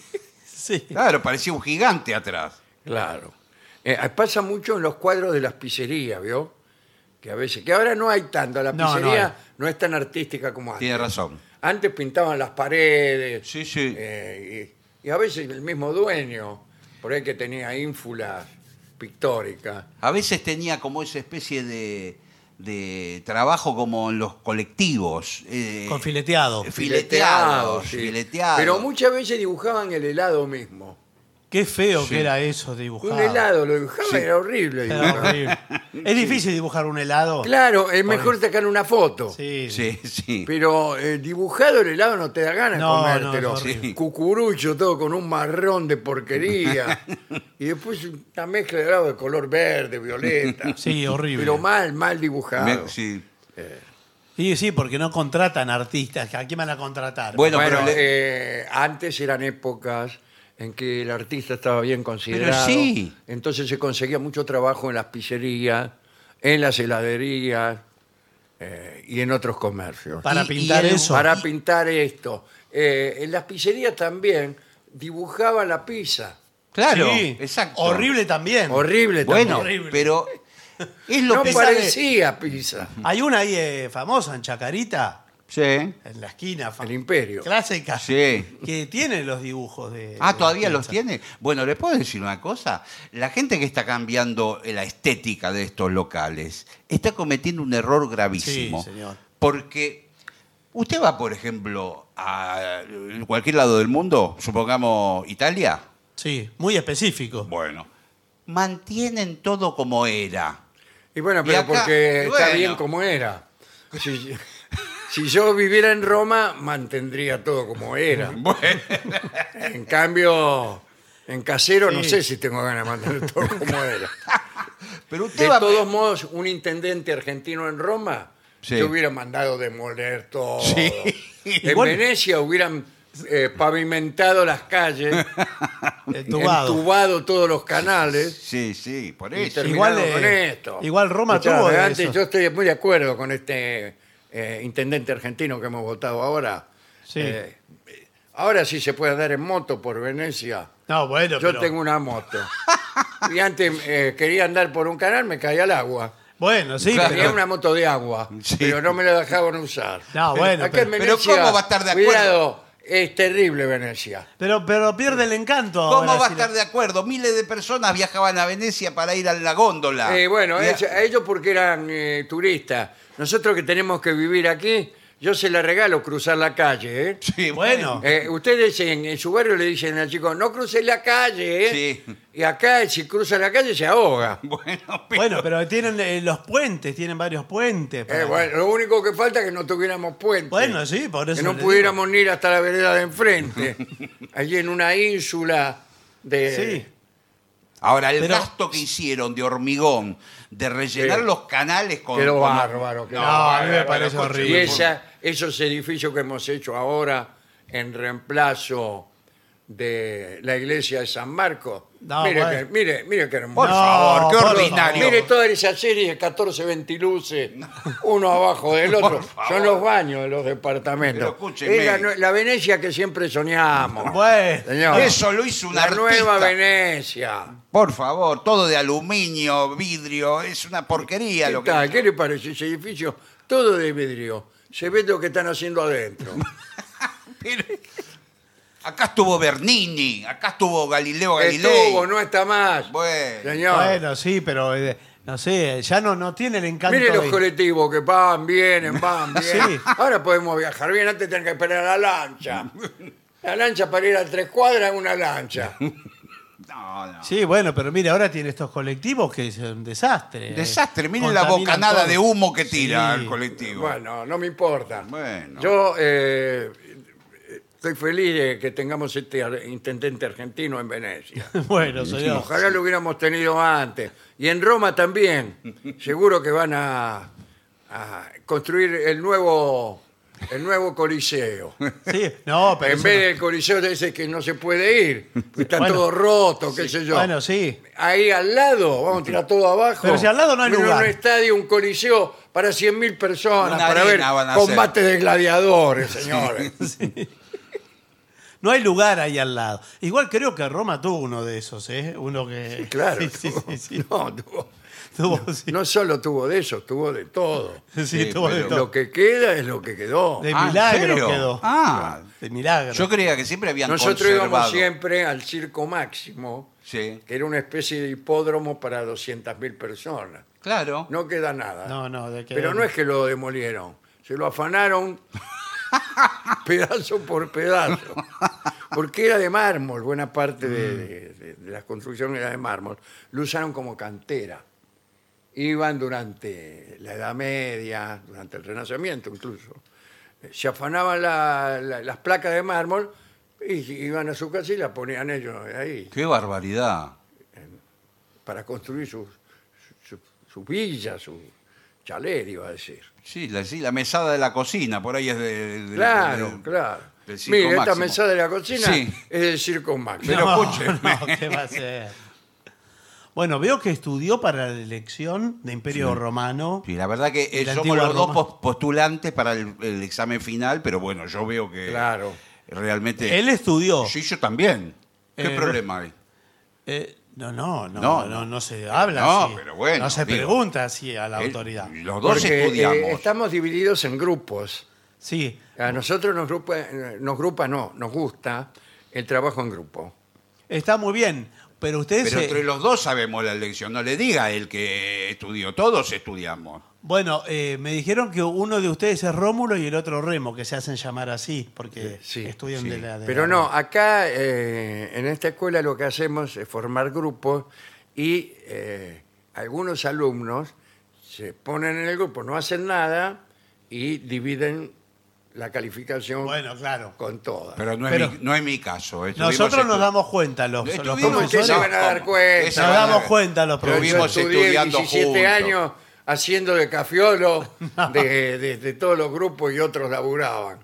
S2: sí.
S3: claro, parecía un gigante atrás.
S1: Claro. Eh, pasa mucho en los cuadros de las pizzerías, ¿vio? Que a veces, que ahora no hay tanto, la
S2: No, no
S1: pizzería no,
S2: hay.
S1: es tan artística como antes.
S3: Tiene razón.
S1: Antes pintaban las paredes.
S3: Sí, sí.
S1: eh, y, y a veces el mismo dueño, por ahí que tenía ínfulas pictóricas.
S3: A veces tenía como esa especie de, de trabajo como en los colectivos. eh,
S2: Con fileteado.
S3: Fileteados,
S1: sí.
S3: fileteados.
S1: Pero muchas veces dibujaban el helado mismo.
S2: Qué feo
S3: Sí.
S2: que era eso de
S1: Un
S2: dibujar.
S1: helado lo dibujaban,
S3: Sí.
S1: era horrible.
S2: Era
S1: dibujar.
S2: horrible. Es difícil dibujar un helado.
S1: Claro, es mejor sacar una foto.
S2: Sí, sí.
S3: Sí, sí.
S1: Pero eh, dibujado el helado no te da ganas de
S2: No, no, es
S1: comértelo.
S2: horrible.
S1: Cucurucho todo con un marrón de porquería. y después una mezcla de helado de color verde, violeta.
S2: Sí, horrible.
S1: Pero mal, mal dibujado.
S3: Me- sí.
S2: Sí, sí, porque no contratan artistas. ¿A quién van a contratar?
S3: Bueno,
S1: Bueno,
S3: pero le-
S1: eh, antes eran épocas en que el artista estaba bien considerado.
S3: sí.
S1: Entonces se conseguía mucho trabajo en las pizzerías, en las heladerías eh, y en otros comercios.
S2: para
S3: y- y
S2: pintar
S3: el-
S2: eso.
S1: Para pintar esto. Eh, en las pizzerías también dibujaba la pizza.
S3: Claro,
S2: Sí.
S3: exacto.
S2: Horrible también.
S1: Horrible
S3: Bueno,
S1: también.
S2: Horrible.
S3: pero es lo
S1: No
S3: que
S1: parecía pizza.
S2: Hay una ahí eh, famosa en Chacarita,
S3: Sí.
S2: en la esquina, fa-
S1: El imperio.
S2: clásica,
S1: Eh,
S3: Sí.
S2: que tiene los dibujos de.
S3: Ah,
S2: de
S3: ¿todavía los
S2: pizza.
S3: tiene? Bueno, ¿les puedo decir una cosa? La gente que está cambiando eh, la estética de estos locales está cometiendo un error gravísimo.
S2: Sí, señor.
S3: Porque usted va, por ejemplo, a cualquier lado del mundo, supongamos Italia,
S2: Sí, muy específico.
S3: bueno, mantienen todo como era.
S1: Y bueno,
S3: Y
S1: pero
S3: acá,
S1: porque está
S3: bueno.
S1: bien como era. Si, si yo viviera en Roma, mantendría todo como era.
S3: Bueno,
S1: En cambio, en casero no
S2: Sí.
S1: sé si tengo ganas de mantener todo como era.
S3: pero
S1: De
S3: usted va...
S1: todos modos, un intendente argentino en Roma
S3: Sí.
S1: se hubiera mandado demoler todo.
S3: Sí.
S1: En
S2: Igual-
S1: Venecia hubieran eh, pavimentado las calles,
S2: Entubado.
S1: entubado todos los canales.
S3: Sí, sí, por
S1: y
S3: eso.
S1: terminaron
S2: Igual, eh,
S1: con esto.
S2: igual Roma
S1: Muchas
S2: tuvo de
S1: gracias.
S2: eso.
S1: Yo estoy muy de acuerdo con este eh, intendente argentino que hemos votado ahora.
S2: Sí.
S1: Eh, Ahora sí se puede andar en moto por Venecia.
S2: No, bueno,
S1: Yo
S2: pero-
S1: tengo una moto. Y antes eh, quería andar por un canal, me caía al agua.
S2: Bueno, sí,
S3: Claro.
S1: Tenía
S2: pero-
S1: una moto de agua,
S3: Sí.
S1: pero no me la dejaban usar.
S2: No, bueno,
S1: Acá en
S2: pero-
S3: pero
S1: Venecia,
S3: ¿cómo va a estar de acuerdo?
S1: Cuidado, es terrible Venecia.
S2: pero, pero pierde el encanto ahora,
S3: ¿Cómo va a
S2: si
S3: estar
S2: lo-
S3: de acuerdo? Miles de personas viajaban a Venecia para ir a la góndola.
S1: Eh, bueno,
S3: Y a-
S1: es- a ellos porque eran eh, turistas. Nosotros que tenemos que vivir aquí, yo se la regalo cruzar la calle. ¿eh?
S3: Sí,
S2: Bueno.
S1: Eh, ustedes en, en su barrio le dicen al chico, no cruce la calle. ¿eh?".
S3: Sí.
S1: Y acá si cruza la calle se ahoga.
S3: Bueno, pero-
S2: Bueno, pero tienen eh, los puentes, tienen varios puentes. para-
S1: Eh, bueno, lo único que falta es que no tuviéramos puentes.
S2: Bueno, sí, por eso
S1: Que no
S2: le digo.
S1: pudiéramos ir hasta la vereda de enfrente. allí en una ínsula de...
S2: Sí.
S3: Ahora, el
S2: Pero-
S3: gasto que hicieron de hormigón, de rellenar
S1: Sí.
S3: los canales con...
S1: Quedó
S3: con-
S1: bárbaro, quedó
S2: No, a mí me
S3: bárbaro,
S2: parece
S3: con-
S1: Y
S2: horrible.
S1: esa- esos edificios que hemos hecho ahora en reemplazo de la iglesia de San Marcos.
S2: No,
S1: mire,
S2: bueno.
S1: que, mire, mire qué hermoso.
S3: Por
S2: No,
S3: favor, qué
S2: por
S3: ordinario.
S2: favor.
S1: Mire toda esa serie de 14 ventiluces, uno abajo del otro.
S3: Por favor.
S1: Son los baños de los
S3: Pero
S1: departamentos.
S3: escúcheme.
S1: Es la, nue- la Venecia que siempre soñamos.
S2: Bueno,
S1: señor.
S3: Eso lo hizo un
S1: la
S3: artista.
S1: nueva Venecia.
S3: Por favor, todo de aluminio, vidrio, es una porquería
S1: ¿Qué,
S3: lo
S1: tal?
S3: que...
S1: ¿Qué le parece ese edificio? Todo de vidrio. Se ve lo que están haciendo adentro.
S3: Pero- Acá estuvo Bernini, acá estuvo Galileo Galilei.
S1: Estuvo, no está más.
S3: Bueno.
S1: Señor.
S2: Bueno, sí, pero eh, no sé, ya no, no tiene el encanto.
S1: Mire los
S2: de-
S1: colectivos que van, vienen, van, vienen.
S2: Sí.
S1: Ahora podemos viajar bien, antes tenían que esperar la lancha. La lancha para ir a tres cuadras es una lancha.
S3: No, no.
S2: Sí, bueno, pero mire, ahora tiene estos colectivos que es un desastre. eh.
S3: Desastre, miren la
S2: Contaminan
S3: bocanada
S2: todo.
S3: de humo que tira
S2: Sí.
S3: el colectivo.
S1: Bueno, no me importa.
S3: Bueno.
S1: Yo eh, estoy feliz de que tengamos este ar- intendente argentino en Venecia.
S2: bueno, señor.
S1: Ojalá lo hubiéramos tenido antes. Y en Roma también. Seguro que van a, a construir el nuevo, el nuevo coliseo.
S2: Sí, no, pero.
S1: en
S2: eso
S1: vez
S2: no-
S1: del coliseo de ese que no se puede ir, que está
S2: Bueno.
S1: todo roto, qué sé yo.
S2: Bueno, sí.
S1: Ahí al lado, vamos a tirar todo abajo.
S2: Pero si al lado no hay
S1: Mira,
S2: lugar.
S1: Un estadio, un coliseo para 100.000 personas,
S3: Una
S1: para ver
S3: arena van a
S1: combate de gladiadores, señores.
S2: No hay lugar ahí al lado. Igual creo que Roma tuvo uno de esos, ¿eh? Uno que.
S1: Sí, claro.
S2: Sí, sí,
S1: tuvo-
S2: sí, sí.
S1: No, tuvo-
S2: Tuvo, sí.
S1: no solo tuvo de eso, tuvo de todo.
S2: Sí,
S3: Sí,
S2: tuvo de
S3: pero-
S2: todo.
S1: Lo que queda es lo que quedó.
S2: De
S3: Ah, ¿en
S2: milagro
S3: serio?
S2: quedó.
S3: Ah.
S2: De milagro.
S3: Yo creía que siempre habían
S1: Nosotros
S3: conservado.
S1: íbamos siempre al Circo Máximo,
S3: Sí,
S1: que era una especie de hipódromo para 200.000 personas.
S3: claro.
S1: No queda nada.
S2: No, no, de que-
S1: Pero no es que lo demolieron, se lo afanaron pedazo por pedazo. Porque era de mármol, buena parte de, de- de- de las construcciones era de mármol. Lo usaron como cantera. Iban durante la Edad Media, durante el Renacimiento incluso. Eh, Se afanaban la- la- las placas de mármol y iban a su casa y las ponían ellos ahí
S3: Qué barbaridad.
S1: para construir sus su, su villa, su chalet, iba a decir.
S3: Sí, la, sí, la mesada de la cocina, por ahí es de... de-
S1: Claro,
S3: de-
S1: claro.
S3: del circo
S1: Mire, esta
S3: máximo.
S1: mesada de la cocina
S3: Sí.
S1: es del circo máximo.
S3: Pero
S2: no,
S3: escúcheme.
S2: no, ¿qué va a ser? Bueno, veo que estudió para la elección de Imperio Romano.
S3: Sí, la verdad que eh,
S2: La
S3: somos
S2: antigua
S3: los dos
S2: Roma.
S3: pos- postulantes para el, el examen final, pero bueno, yo veo que
S1: Claro.
S3: realmente...
S2: Él estudió.
S3: Sí, yo también. ¿Qué
S2: Eh,
S3: problema hay?
S2: Eh, no, no, no, no,
S3: No,
S2: no, se habla
S3: No,
S2: así.
S3: pero bueno,
S2: No se
S3: digo.
S2: pregunta así a la
S3: Él-
S2: autoridad.
S3: Los dos
S1: Porque, eh,
S3: estudiamos.
S1: estamos divididos en grupos.
S2: Sí,
S1: A nosotros nos grupa, nos grupa no, nos gusta el trabajo en grupo.
S2: está muy bien, pero usted
S3: Pero
S2: se-
S3: entre los dos sabemos la lección. No le diga a él que estudió. Todos estudiamos.
S2: Bueno, eh, me dijeron que uno de ustedes es Rómulo y el otro Remo, que se hacen llamar así, porque
S1: Sí,
S2: Eh, estudian
S3: Eh, sí.
S2: de la... de
S1: Pero
S2: la-
S1: no, acá eh, en esta escuela lo que hacemos es formar grupos y eh, algunos alumnos se ponen en el grupo, no hacen nada y dividen la calificación
S2: Bueno, claro.
S1: con todas.
S3: Pero no es,
S2: Pero-
S3: mi, no es mi caso. ¿eh? Estuvimos
S2: Nosotros nos
S3: estu-
S2: damos cuenta, los, los
S3: Estuvimos- este
S1: ¿Cómo que se
S2: profesores.
S1: van a dar cuenta?
S3: Que se
S2: Nos
S3: van a
S2: damos
S3: dar-
S2: cuenta los
S1: Pero yo
S2: profesores.
S3: Estuvimos
S1: estudié
S3: estudiando
S1: 17
S3: juntos.
S1: años haciendo de cafiolo de, de- de todos los grupos y otros laburaban.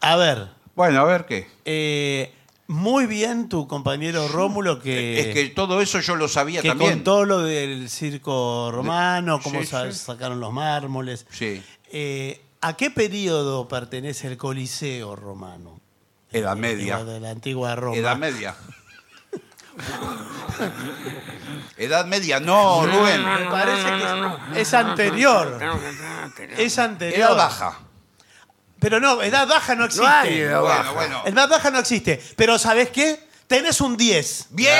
S2: A ver,
S3: Bueno, a ver qué.
S2: eh, muy bien tu compañero Rómulo que,
S3: es que todo eso yo lo sabía
S2: Eh, que
S3: también.
S2: contó lo del circo romano, cómo
S3: Sí,
S2: sa-
S3: sí.
S2: sacaron los mármoles.
S3: Sí.
S2: Eh, ¿A qué periodo pertenece el Coliseo romano?
S3: Edad
S2: La
S3: media.
S2: de la antigua Roma.
S3: Edad media. Edad media, no, Rubén.
S2: Me parece que es, es anterior. Es anterior.
S3: Edad baja.
S2: Pero no, edad baja no existe.
S1: hay edad
S3: Bueno, bueno.
S2: Edad baja no existe. Pero ¿sabes qué? Tenés un 10.
S3: Bien.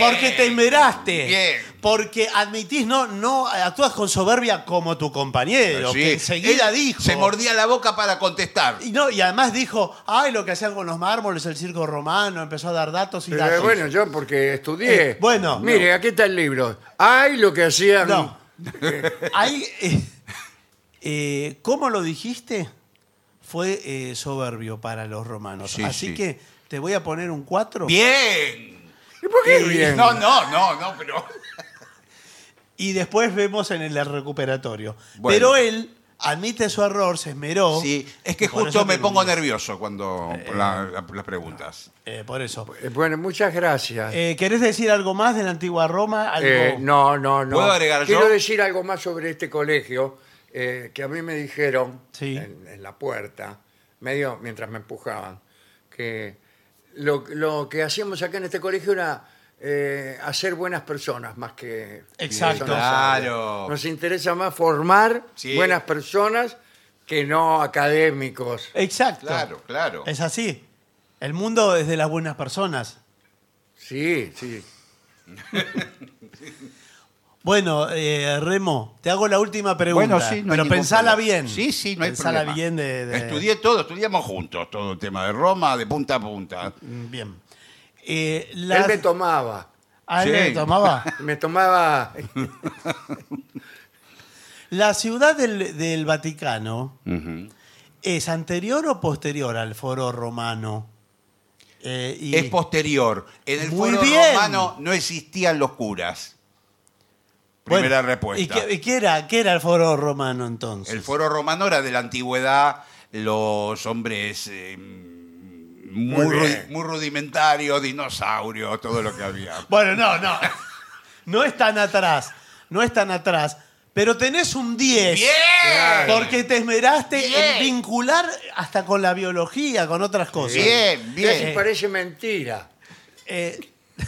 S2: Porque te esmeraste.
S3: Bien.
S2: Porque admitís, no, no actúas con soberbia como tu compañero,
S3: Sí.
S2: que enseguida
S3: Él
S2: dijo.
S3: Se mordía la boca para contestar.
S2: Y, no, y además dijo, ay, lo que hacían con los mármoles, el circo romano, empezó a dar datos y
S1: Pero,
S2: datos.
S1: Eh, bueno, yo porque estudié.
S2: Eh, bueno.
S1: Mire, aquí está el libro. Hay lo que hacían.
S2: No. Ahí, eh, eh, ¿Cómo lo dijiste? Fue eh, soberbio para los romanos.
S3: Sí,
S2: Así
S3: sí.
S2: que te voy a poner un 4.
S3: Bien.
S1: ¿Y por qué bien?
S3: No, no, no, no, pero.
S2: Y después vemos en el recuperatorio.
S3: Bueno.
S2: Pero él admite su error, se esmeró.
S3: Sí, es que
S2: Por
S3: justo
S2: eso
S3: me
S2: te-
S3: pongo nervioso cuando la- la- las preguntas.
S2: Eh, por eso.
S1: Eh, Bueno, muchas gracias.
S2: Eh, ¿Querés decir algo más de la antigua Roma? ¿Algo?
S1: Eh, no, no, no.
S3: ¿Puedo agregar
S1: Quiero
S3: yo?
S1: decir algo más sobre este colegio eh, que a mí me dijeron
S2: Sí.
S1: en, en la puerta, medio mientras me empujaban, que lo, lo que hacíamos acá en este colegio era eh, hacer buenas personas más que...
S2: Exacto.
S1: eso no sale.
S3: Claro.
S1: Nos interesa más formar
S3: Sí.
S1: buenas personas que no académicos.
S2: Exacto.
S3: Claro, claro.
S2: Es así. El mundo es de las buenas personas.
S1: Sí, sí.
S2: Bueno, eh, Remo, te hago la última pregunta.
S3: no hay
S2: pero
S3: ningún
S2: pensala
S3: problema.
S2: bien.
S3: Sí, sí, no hay
S2: Pensala
S3: problema.
S2: bien de, de-
S3: Estudié todo, estudiamos juntos todo el tema de Roma, de punta a punta.
S2: Mm, Bien. Eh, las-
S1: Él me tomaba.
S2: Ah, él le
S3: Sí.
S2: tomaba.
S1: Me tomaba...
S2: La ciudad del, del Vaticano
S3: Ujú.
S2: es anterior o posterior al foro romano. Eh, y-
S3: Es posterior. En el
S2: Muy
S3: foro
S2: bien.
S3: romano no existían los curas.
S2: Bueno,
S3: Primera
S2: ¿Y,
S3: respuesta.
S2: qué, y qué era, qué era el foro romano entonces?
S3: El foro romano era de la antigüedad, los hombres eh, muy,
S1: bien.
S3: rudi- muy rudimentarios, dinosaurios, todo lo que había.
S2: Bueno, no, no. No es tan atrás. No es tan atrás. Pero tenés un 10.
S3: ¡Bien!
S2: Porque te esmeraste en
S3: Bien.
S2: vincular hasta con la biología, con otras cosas.
S3: Bien,
S1: Casi
S3: bien.
S1: parece mentira.
S2: Eh,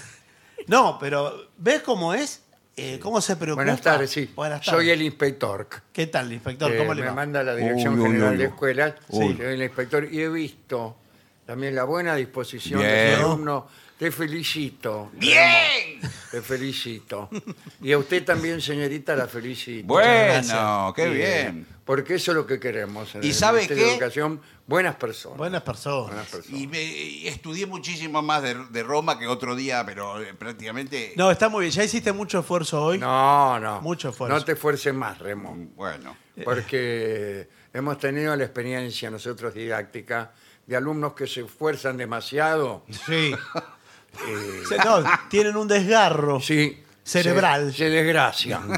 S2: no, pero ¿ves cómo es? Eh, ¿Cómo se preocupa?
S1: Buenas tardes, sí.
S2: Buenas tardes.
S1: Soy el inspector.
S2: ¿Qué tal, inspector?
S1: Eh,
S2: ¿Cómo le
S1: me
S2: va?
S1: manda la Dirección
S3: Uy, uy,
S1: General
S3: uy,
S1: de
S3: uy.
S1: Escuelas,
S3: Uy.
S1: soy el inspector, y he visto también la buena disposición de
S3: Bien.
S1: los alumnos. Te felicito.
S3: Bien.
S1: Remo, Te felicito. Y a usted también, señorita, la felicito.
S3: Bueno, qué
S1: Eh,
S3: bien.
S1: Porque eso es lo que queremos. en
S3: ¿Y
S1: el
S3: sabe
S1: Ministerio de
S3: qué?
S1: Educación, buenas personas.
S2: Buenas personas.
S1: Buenas personas.
S3: Y, me- y estudié muchísimo más de, de Roma que otro día, pero eh, prácticamente.
S2: No, está muy bien. Ya hiciste mucho esfuerzo hoy.
S1: No, no.
S2: Mucho esfuerzo.
S1: No te esfuerces más, Remo.
S3: Bueno.
S1: porque hemos tenido la experiencia nosotros didáctica de alumnos que se esfuerzan demasiado.
S2: Sí. Se- no, tienen un desgarro.
S1: Eh. Sí,
S2: Cerebral.
S1: Se, se desgracian.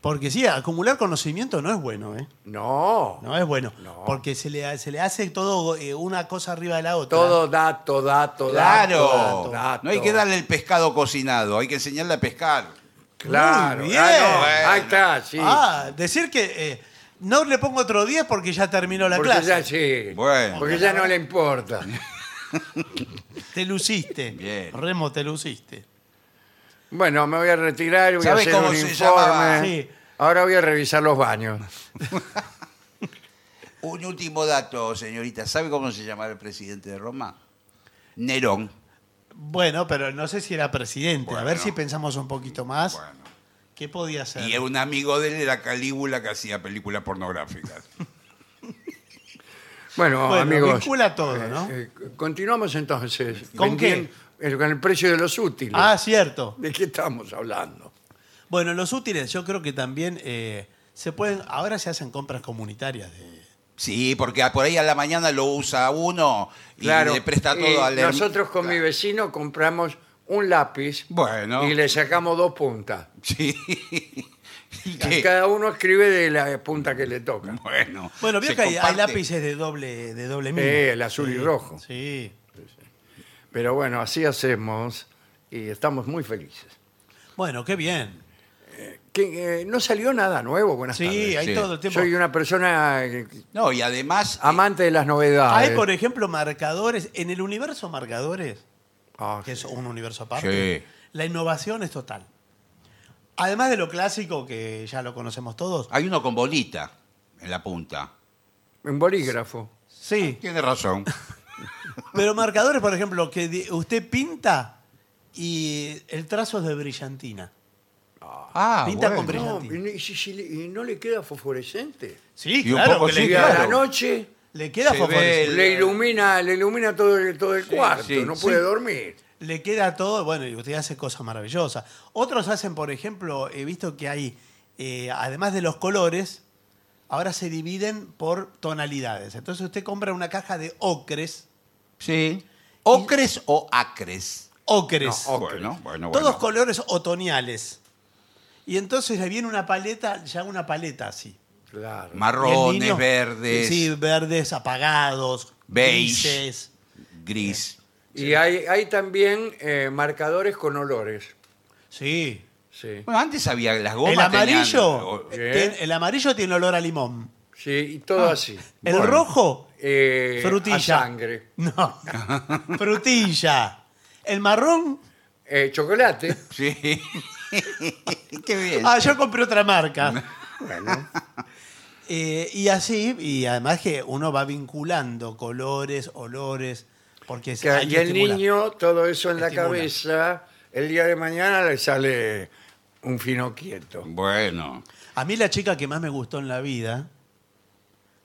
S2: Porque sí, acumular conocimiento no es bueno, ¿eh?
S1: No,
S2: No es bueno.
S1: No.
S2: Porque se le, se le hace todo eh, una cosa arriba de la otra.
S1: todo dato, dato,
S3: Claro.
S1: dato, dato.
S3: No hay que darle el pescado cocinado, hay que enseñarle a pescar.
S1: Claro,
S2: Muy bien.
S1: ah, no, ahí
S3: Bueno.
S1: está, sí.
S2: Ah, decir que eh, no le pongo otro 10 porque ya terminó la
S1: porque
S2: clase.
S1: ya sí.
S3: Bueno.
S1: Porque ya no le importa.
S2: Te luciste.
S3: Bien.
S2: Remo, te luciste.
S1: Bueno, me voy a retirar y voy a
S3: ¿Sabe
S1: hacer
S3: cómo
S1: un
S3: se
S1: informe.
S3: llamaba?
S2: Sí.
S1: Ahora voy a revisar los baños.
S3: Un último dato, señorita. ¿Sabe cómo se llamaba el presidente de Roma? Nerón.
S2: Bueno, pero no sé si era presidente. A ver
S3: Bueno.
S2: si pensamos un poquito más.
S3: Bueno.
S2: ¿Qué podía ser?
S3: Y un amigo de él era Calígula que hacía películas pornográficas.
S1: Bueno,
S2: Bueno,
S1: amigos.
S2: vincula todo, ¿no?
S1: eh, eh, continuamos entonces.
S2: ¿Con qué?
S1: qué? con el precio de los útiles.
S2: Ah, cierto.
S1: ¿De qué estamos hablando?
S2: Bueno, los útiles, yo creo que también eh, se pueden. Ahora se hacen compras comunitarias. de-
S3: Sí, porque a- por ahí a la mañana lo usa uno y le presta
S1: y
S3: todo al herma-
S1: Eh, Nosotros con mi
S3: Claro.
S1: vecino compramos un lápiz
S3: Bueno.
S1: y le sacamos dos puntas.
S3: Sí. Y
S1: Y
S3: que-
S1: cada uno escribe de la punta que le toca.
S3: Bueno,
S2: Bueno, veo
S3: se
S2: que hay, hay
S3: comparte.
S2: lápices de doble, de doble
S1: Sí,
S2: mira.
S1: el azul y rojo.
S2: Sí.
S1: Pero bueno, así hacemos y estamos muy felices.
S2: Bueno, qué bien.
S1: que, eh, no salió nada nuevo, buenas
S2: Sí,
S1: tardes.
S2: hay
S3: sí.
S2: todo el tiempo.
S1: Soy una persona eh,
S3: No, y además. eh,
S1: amante de las novedades.
S2: Hay, por ejemplo, marcadores. En el universo marcadores,
S1: Ah,
S2: que es un universo aparte,
S3: Sí.
S2: la innovación es total. Además de lo clásico, que ya lo conocemos todos.
S3: hay uno con bolita en la punta.
S1: un bolígrafo.
S2: Sí,
S3: Tiene razón.
S2: pero marcadores, por ejemplo, que di- usted pinta y el trazo es de brillantina.
S3: Ah,
S2: Pinta con
S3: bueno.
S1: No,
S2: Brillante.
S1: y, si- si le- y no le queda fosforescente.
S2: Sí,
S3: Y un
S2: claro.
S3: poco
S2: que le
S3: sí,
S1: Y
S2: queda,
S1: a la
S3: claro.
S1: noche
S2: le queda
S3: Se ve
S2: fosforescente.
S3: El-
S1: le ilumina, le ilumina todo el, todo el
S3: Sí,
S1: cuarto,
S3: sí,
S1: no
S3: sí.
S1: puede dormir.
S2: Le queda todo, bueno, y usted hace cosas maravillosas. Otros hacen, por ejemplo, he visto que hay, eh, además de los colores, ahora se dividen por tonalidades. Entonces usted compra una caja de ocres.
S3: Sí. ¿Ocres o acres?
S2: Ocres.
S1: No, ocres.
S3: Bueno, oh, bueno, bueno.
S2: Todos colores otoñales. Y entonces ahí viene una paleta, ya una paleta así.
S1: Claro.
S2: Y el
S3: Marrones,
S2: niño-
S3: verdes,
S2: Sí, verdes apagados,
S3: Beige.
S2: grises.
S3: gris.
S1: Y hay, hay también eh, marcadores con olores.
S2: Sí.
S1: Sí.
S3: Bueno, antes había las gomas.
S2: el
S3: tenían-
S2: amarillo,
S3: o-
S1: Bien.
S2: ten- el amarillo tiene olor a limón.
S1: Sí, y todo así.
S2: El
S3: Bueno.
S2: rojo
S1: Eh,
S2: Ah. Frutilla.
S1: A sangre.
S2: No. Frutilla. El marrón.
S1: Eh, chocolate.
S3: Sí. Qué bien.
S2: Ah, yo compré otra marca.
S1: Bueno.
S2: Eh, y así, y además que uno va vinculando colores, olores, porque se
S1: Que-
S2: hay
S1: y
S2: que
S1: el
S2: estimular.
S1: niño, todo eso en la
S2: Estimula.
S1: cabeza, el día de mañana le sale un fino quieto.
S3: Bueno.
S2: A mí la chica que más me gustó en la vida,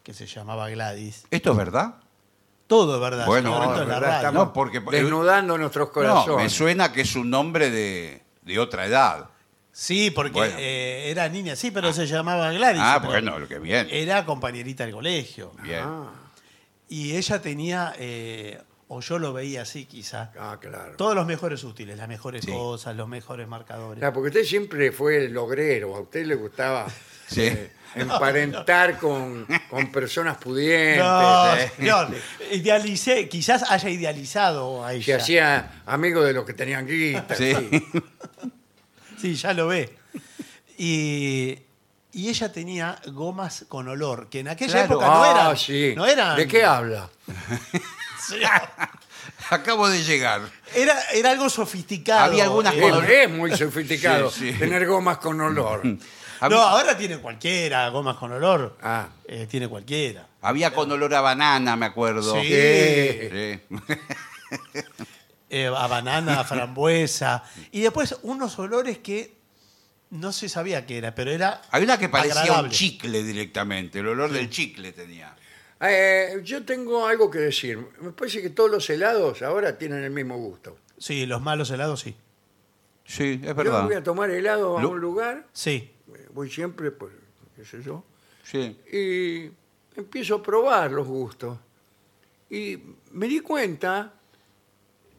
S2: que se llamaba Gladys,
S3: ¿Esto es verdad?
S2: todo es verdad.
S3: Bueno,
S2: señor,
S1: No,
S2: esto
S1: de
S2: Ah, es la
S1: verdad,
S2: radio.
S1: estamos
S3: No, porque- eh,
S1: desnudando nuestros
S3: No, me
S1: corazones.
S3: suena que es un nombre de, de otra edad.
S2: Sí, porque
S3: Bueno.
S2: eh, era niña, sí, pero se llamaba Gladys.
S3: ah,
S2: pero eh,
S3: bueno, lo que bien.
S2: Era compañerita del colegio.
S3: bien.
S1: ah,
S2: Y ella tenía, eh, o yo lo veía así quizá,
S1: ah, claro.
S2: Todos los mejores útiles, las mejores
S3: Sí.
S2: cosas, los mejores marcadores.
S1: Claro, porque usted siempre fue el logrero, a usted le gustaba
S3: Sí.
S1: eh, emparentar con, con personas pudientes,
S2: No,
S1: eh,
S2: señor, idealicé, quizás haya idealizado a
S1: se
S2: ella.
S1: hacía amigo de los que tenían guita.
S3: Sí.
S1: sí.
S2: Sí, ya lo ve. Y, y ella tenía gomas con olor, que en aquella
S3: Claro.
S2: época no
S1: Ah,
S2: eran.
S1: sí.
S2: No eran.
S1: ¿De qué habla?
S2: señor.
S3: Acabo de llegar.
S2: Era, era algo sofisticado.
S3: Había algunas
S2: Eh,
S1: Es,
S3: Olor.
S1: es muy sofisticado
S3: Sí, sí.
S1: tener gomas con olor.
S3: Hab-
S2: No, ahora tiene cualquiera gomas con olor.
S1: Ah.
S2: Eh, tiene cualquiera.
S3: Había con olor a banana, me acuerdo.
S2: Sí.
S3: Sí.
S2: eh, a banana, a frambuesa. Y después unos olores que no se sabía qué era, pero era.
S3: Había una que parecía un
S2: agradable.
S3: chicle directamente. El olor del chicle tenía.
S1: Eh, yo tengo algo que decir. Me parece que todos los helados ahora tienen el mismo gusto.
S2: Sí, los malos helados sí.
S3: Sí, es
S1: Yo voy a tomar helado a
S3: Lu-
S1: un lugar,
S2: Sí.
S1: eh, voy siempre, pues, qué sé yo,
S3: Sí.
S1: y empiezo a probar los gustos. Y me di cuenta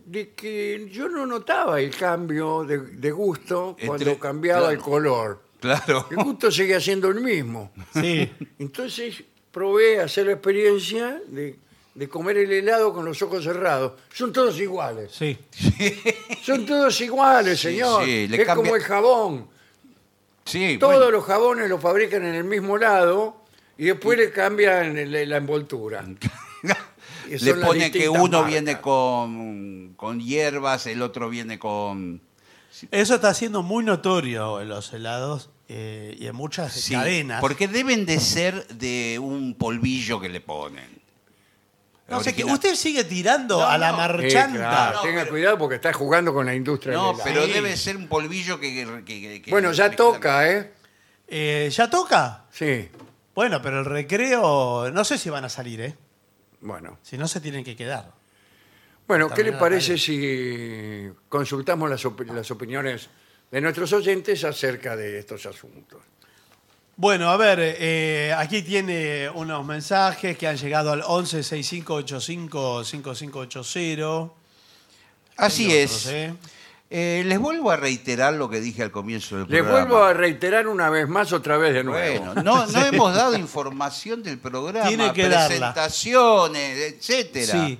S1: de que yo no notaba el cambio de, de gusto
S3: Entre-
S1: cuando cambiaba el
S3: claro.
S1: color.
S3: Claro.
S1: El gusto seguía siendo el mismo.
S2: Sí.
S1: Entonces probé a hacer la experiencia de, de comer el helado con los ojos cerrados. Son todos iguales.
S2: Sí.
S1: Son todos iguales,
S3: Sí,
S1: señor.
S3: sí, le
S1: es
S3: cambia-
S1: como el jabón.
S3: Sí,
S1: Todos
S3: bueno.
S1: los jabones los fabrican en el mismo lado y después le cambian el- la envoltura. Y
S3: Le
S1: son las
S3: pone que
S1: distintas
S3: uno
S1: marcas.
S3: viene con, con hierbas, el otro viene con...
S2: Eso está siendo muy notorio en los helados eh, y en muchas
S3: Sí,
S2: cadenas.
S3: Porque deben de ser de un polvillo que le ponen.
S2: no sé qué,
S3: Original. Eh,
S2: usted sigue tirando
S3: No,
S2: a la
S3: no.
S1: Sí,
S2: marchanta.
S1: claro,
S3: No,
S1: tenga
S3: pero-
S1: cuidado porque está jugando con la industria.
S3: No,
S1: del helado.
S3: pero
S2: Sí.
S3: debe ser un polvillo que... que- que- que-
S1: Bueno, ya
S3: que-
S1: toca, ¿eh?
S2: Eh, ¿Ya toca?
S1: Sí,
S2: Bueno, pero el recreo, no sé si van a salir, ¿eh?
S1: bueno.
S2: Si no, se tienen que quedar.
S1: Bueno, ¿qué
S2: También
S1: le
S2: la
S1: parece
S2: radio.
S1: si consultamos las, op- las opiniones de nuestros oyentes acerca de estos asuntos?
S2: Bueno, a ver, eh, aquí tiene unos mensajes que han llegado al 11 6585 5580.
S3: Así
S2: Hay
S3: es.
S2: otros, ¿eh?
S3: Eh, les vuelvo a reiterar lo que dije al comienzo del
S1: Les
S3: programa.
S1: vuelvo a reiterar una vez más, otra vez de nuevo.
S3: Bueno, no, no hemos dado información del programa,
S2: Tiene que darla.
S3: presentaciones, etcétera.
S2: Sí.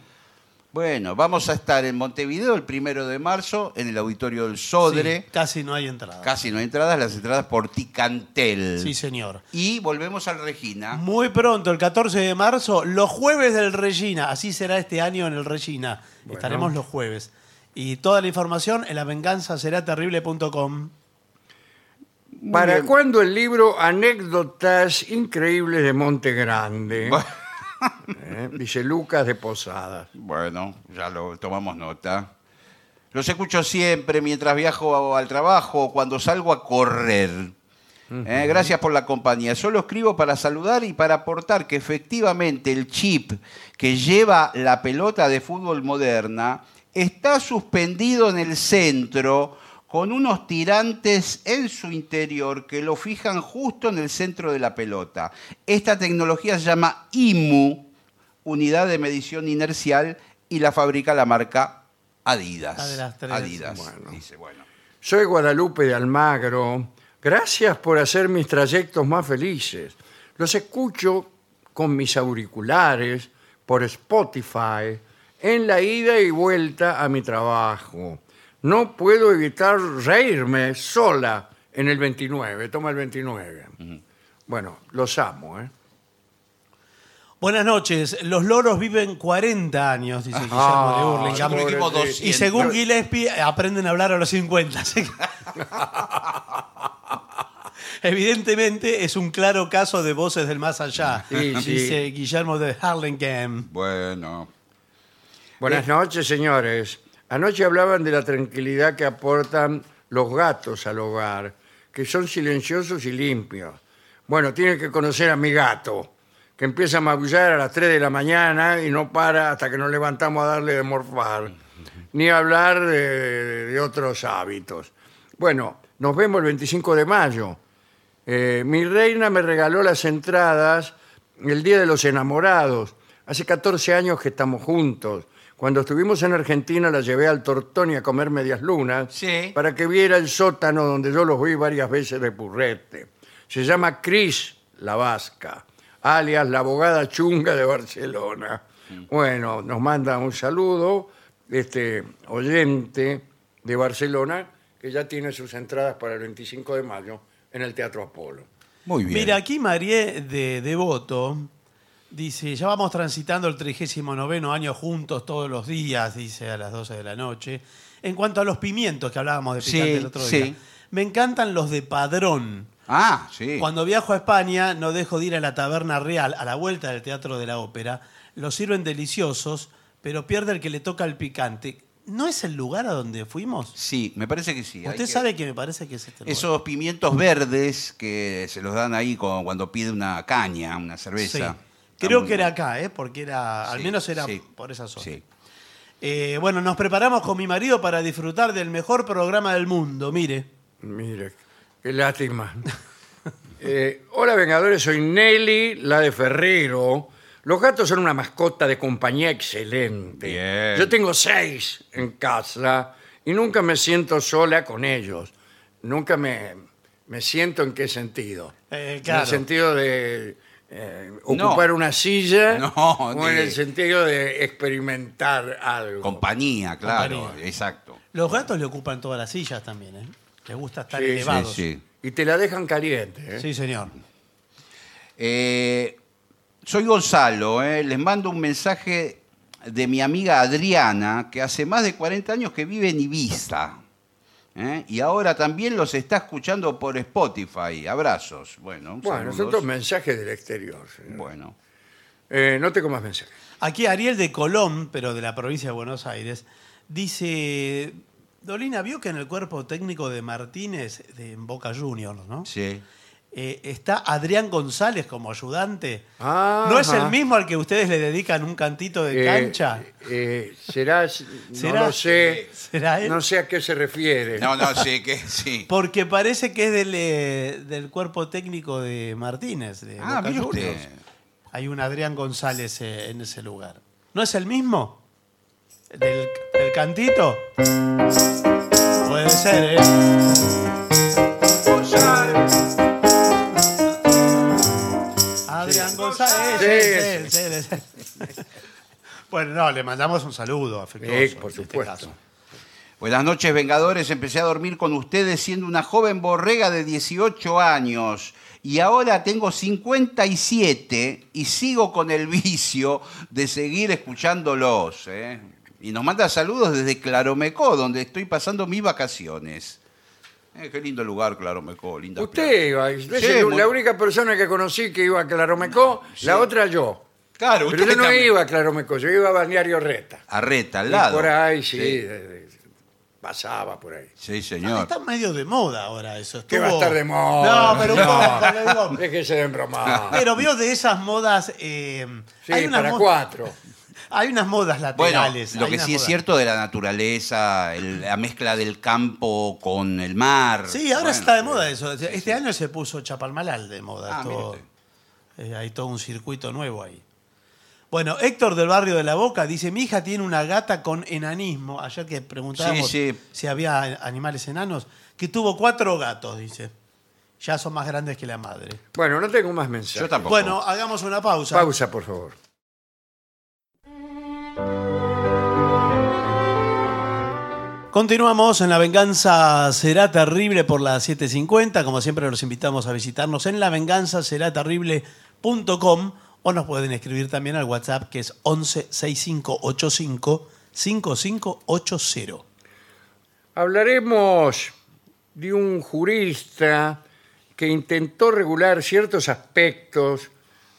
S3: Bueno, vamos a estar en Montevideo el primero de marzo en el Auditorio del Sodre.
S2: Sí, casi no hay entrada.
S3: Casi no hay entradas, las entradas por Ticantel.
S2: Sí, señor.
S3: Y volvemos al
S1: Ah.
S3: Regina.
S2: Muy pronto, el 14 de marzo, los jueves del Regina. Así será este año en el Regina. Estaremos los jueves. Y toda la información en lavenganzaseraterrible.com.
S1: ¿Para cuándo el libro Anécdotas Increíbles de Monte Grande? Eh, Dice Lucas de Posadas.
S3: Bueno, ya lo tomamos nota. Los escucho siempre mientras viajo al trabajo o cuando salgo a correr. Eh, gracias por la compañía. Solo escribo para saludar y para aportar que efectivamente el chip que lleva la pelota de fútbol moderna está suspendido en el centro con unos tirantes en su interior que lo fijan justo en el centro de la pelota. Esta tecnología se llama IMU, unidad de medición inercial, y la fabrica la marca Adidas.
S2: La Ah, de las tres.
S3: Adidas.
S1: Bueno.
S3: Dice, bueno.
S1: Soy Guadalupe de Almagro. Gracias por hacer mis trayectos más felices. Los escucho con mis auriculares, por Spotify, en la ida y vuelta a mi trabajo. No puedo evitar reírme sola en el 29. Toma el 29. Bueno, los amo, ¿eh?
S2: Buenas noches. Los loros viven 40 años, dice Guillermo
S1: Ah,
S2: de Hurlingham.
S1: pobre
S3: dijimos
S1: tío.
S3: dos.
S2: Y según Gillespie, eh, aprenden a hablar a los 50. así que- Evidentemente es un claro caso de voces del más allá,
S1: Sí, sí.
S2: dice Guillermo de Harlingen.
S3: Bueno.
S1: Buenas noches, señores. Anoche hablaban de la tranquilidad que aportan los gatos al hogar, que son silenciosos y limpios. Bueno, tienen que conocer a mi gato, que empieza a maullar a las 3 de la mañana y no para hasta que nos levantamos a darle de morfar, ni hablar de, de otros hábitos. Bueno, nos vemos el 25 de mayo. Eh, mi reina me regaló las entradas el Día de los Enamorados. Hace 14 años que estamos juntos. Cuando estuvimos en Argentina la llevé al Tortoni a comer medias lunas
S3: Sí.
S1: para que viera el sótano donde yo los vi varias veces de purrete. Se llama Cris la Vasca, alias la abogada chunga de Barcelona. Bueno, nos manda un saludo este oyente de Barcelona que ya tiene sus entradas para el 25 de mayo en el Teatro Apolo.
S3: Muy bien.
S2: Mira, aquí Marie de Devoto dice, ya vamos transitando el 39 año juntos todos los días, dice a las 12 de la noche. En cuanto a los pimientos que hablábamos de
S3: Sí,
S2: picante el otro
S3: sí.
S2: día, me encantan los de padrón.
S3: Ah, sí.
S2: Cuando viajo a España no dejo de ir a la Taberna Real, a la vuelta del Teatro de la Ópera. Los sirven deliciosos, pero pierde el que le toca el picante. ¿No es el lugar a donde fuimos?
S3: Sí, me parece que sí. hay
S2: Usted
S3: que-
S2: sabe que me parece que es este lugar.
S3: Esos pimientos verdes que se los dan ahí con- cuando pide una caña, una
S2: Sí.
S3: cerveza.
S2: Creo que
S3: Está muy
S2: era
S3: bien.
S2: acá, ¿eh? porque era, al
S3: Sí,
S2: menos era
S3: sí.
S2: por esa zona.
S3: Sí.
S2: Eh, bueno, nos preparamos con mi marido para disfrutar del mejor programa del mundo, mire.
S1: Mire, qué lástima. Eh, hola, Vengadores, soy Nelly, la de Ferrero. Los gatos son una mascota de compañía excelente.
S3: Bien.
S1: Yo tengo seis en casa y nunca me siento sola con ellos. Nunca me, me siento en qué sentido.
S2: Eh,
S1: En
S2: claro.
S1: el sentido de eh, ocupar una silla
S3: No,
S1: o en
S3: ni-
S1: el sentido de experimentar algo.
S3: Compañía, claro,
S2: Compañía.
S3: exacto.
S2: Los gatos le ocupan todas las sillas también, ¿eh? Les gusta estar
S1: Sí, sí,
S3: Sí,
S2: elevados.
S3: sí.
S1: y te la dejan caliente. ¿eh?
S2: Sí, señor.
S3: Eh, soy Gonzalo, eh, les mando un mensaje de mi amiga Adriana, que hace más de 40 años que vive en Ibiza. eh, Y ahora también los está escuchando por Spotify. Abrazos. Bueno,
S1: Bueno, son
S3: saludos.
S1: dos mensajes del exterior. señor.
S3: Bueno.
S1: Eh, no tengo más mensajes.
S2: Aquí Ariel de Colón, pero de la provincia de Buenos Aires, dice, Dolina, vio que en el cuerpo técnico de Martínez, de en Boca Juniors, ¿no?
S3: Sí.
S2: Eh, está Adrián González como ayudante.
S1: Ah,
S2: ¿No es
S1: ajá.
S2: el mismo al que ustedes le dedican un cantito de
S1: Eh,
S2: cancha?
S1: eh, será, no
S2: ¿Será?
S1: lo sé,
S2: ¿Será él?
S1: no sé a qué se refiere.
S3: No, no, sí, que sí.
S2: Porque parece que es del, eh, del cuerpo técnico de Martínez. de
S3: Ah,
S2: Boca
S3: mire usted.
S2: Juniors. Hay un Adrián González eh, en ese lugar. ¿No es el mismo? ¿Del, del cantito? Puede ser, ¿eh? Adrián González.
S1: Sí,
S2: es él, es él, es él. Bueno, no, le mandamos un saludo afectuoso.
S1: Sí, por
S2: en este
S1: supuesto.
S2: caso.
S3: Buenas noches, Vengadores. Empecé a dormir con ustedes siendo una joven borrega de 18 años. Y ahora tengo 57 y sigo con el vicio de seguir escuchándolos. ¿eh? Y nos manda saludos desde Claromecó, donde estoy pasando mis vacaciones. Eh, qué lindo lugar, Claromecó, linda
S1: Usted
S3: playa.
S1: iba, es
S3: Sí,
S1: el-
S3: muy-
S1: la única persona que conocí que iba a Claromecó, la otra yo.
S3: Claro,
S1: Pero yo no
S3: también.
S1: iba a Claromecó, yo iba a Balneario Reta.
S3: Arreta, al
S1: Y
S3: lado.
S1: por ahí, sí,
S3: Sí,
S1: de- de- pasaba por ahí.
S3: sí,
S2: Ah,
S3: señor.
S2: Está medio de moda ahora eso.
S1: ¿Qué va a
S2: estuvo-
S1: estar de moda?
S2: No, pero un poco, pero un poco.
S1: Déjese de embromar.
S2: Pero vio de esas modas. eh,
S1: Sí,
S2: hay, unas
S1: para
S2: mo-
S1: cuatro.
S2: hay unas modas
S3: Bueno,
S2: laterales.
S3: lo
S2: hay
S3: que
S2: unas
S3: sí es
S2: modas-
S3: cierto de la naturaleza, el- la mezcla del campo con el mar.
S2: Sí, ahora
S3: Bueno, eh,
S2: está de
S3: sí.
S2: moda eso. Este año se puso Chapalmalal de moda.
S3: Ah, mire
S2: todo,
S3: usted.
S2: eh, hay todo un circuito nuevo ahí. Bueno, Héctor del barrio de La Boca dice, mi hija tiene una gata con enanismo. Ayer que preguntábamos
S3: Sí, sí.
S2: si había animales enanos, que tuvo cuatro gatos, dice. Ya son más grandes que la madre.
S1: Bueno, no tengo más mensajes.
S3: Yo tampoco.
S2: Bueno, hagamos una pausa.
S1: Pausa, por favor.
S2: Continuamos en La Venganza Será Terrible por las 7.50. Como siempre, los invitamos a visitarnos en lavenganzaseraterrible.com o nos pueden escribir también al WhatsApp que es 11 6585 5580.
S1: Hablaremos de un jurista que intentó regular ciertos aspectos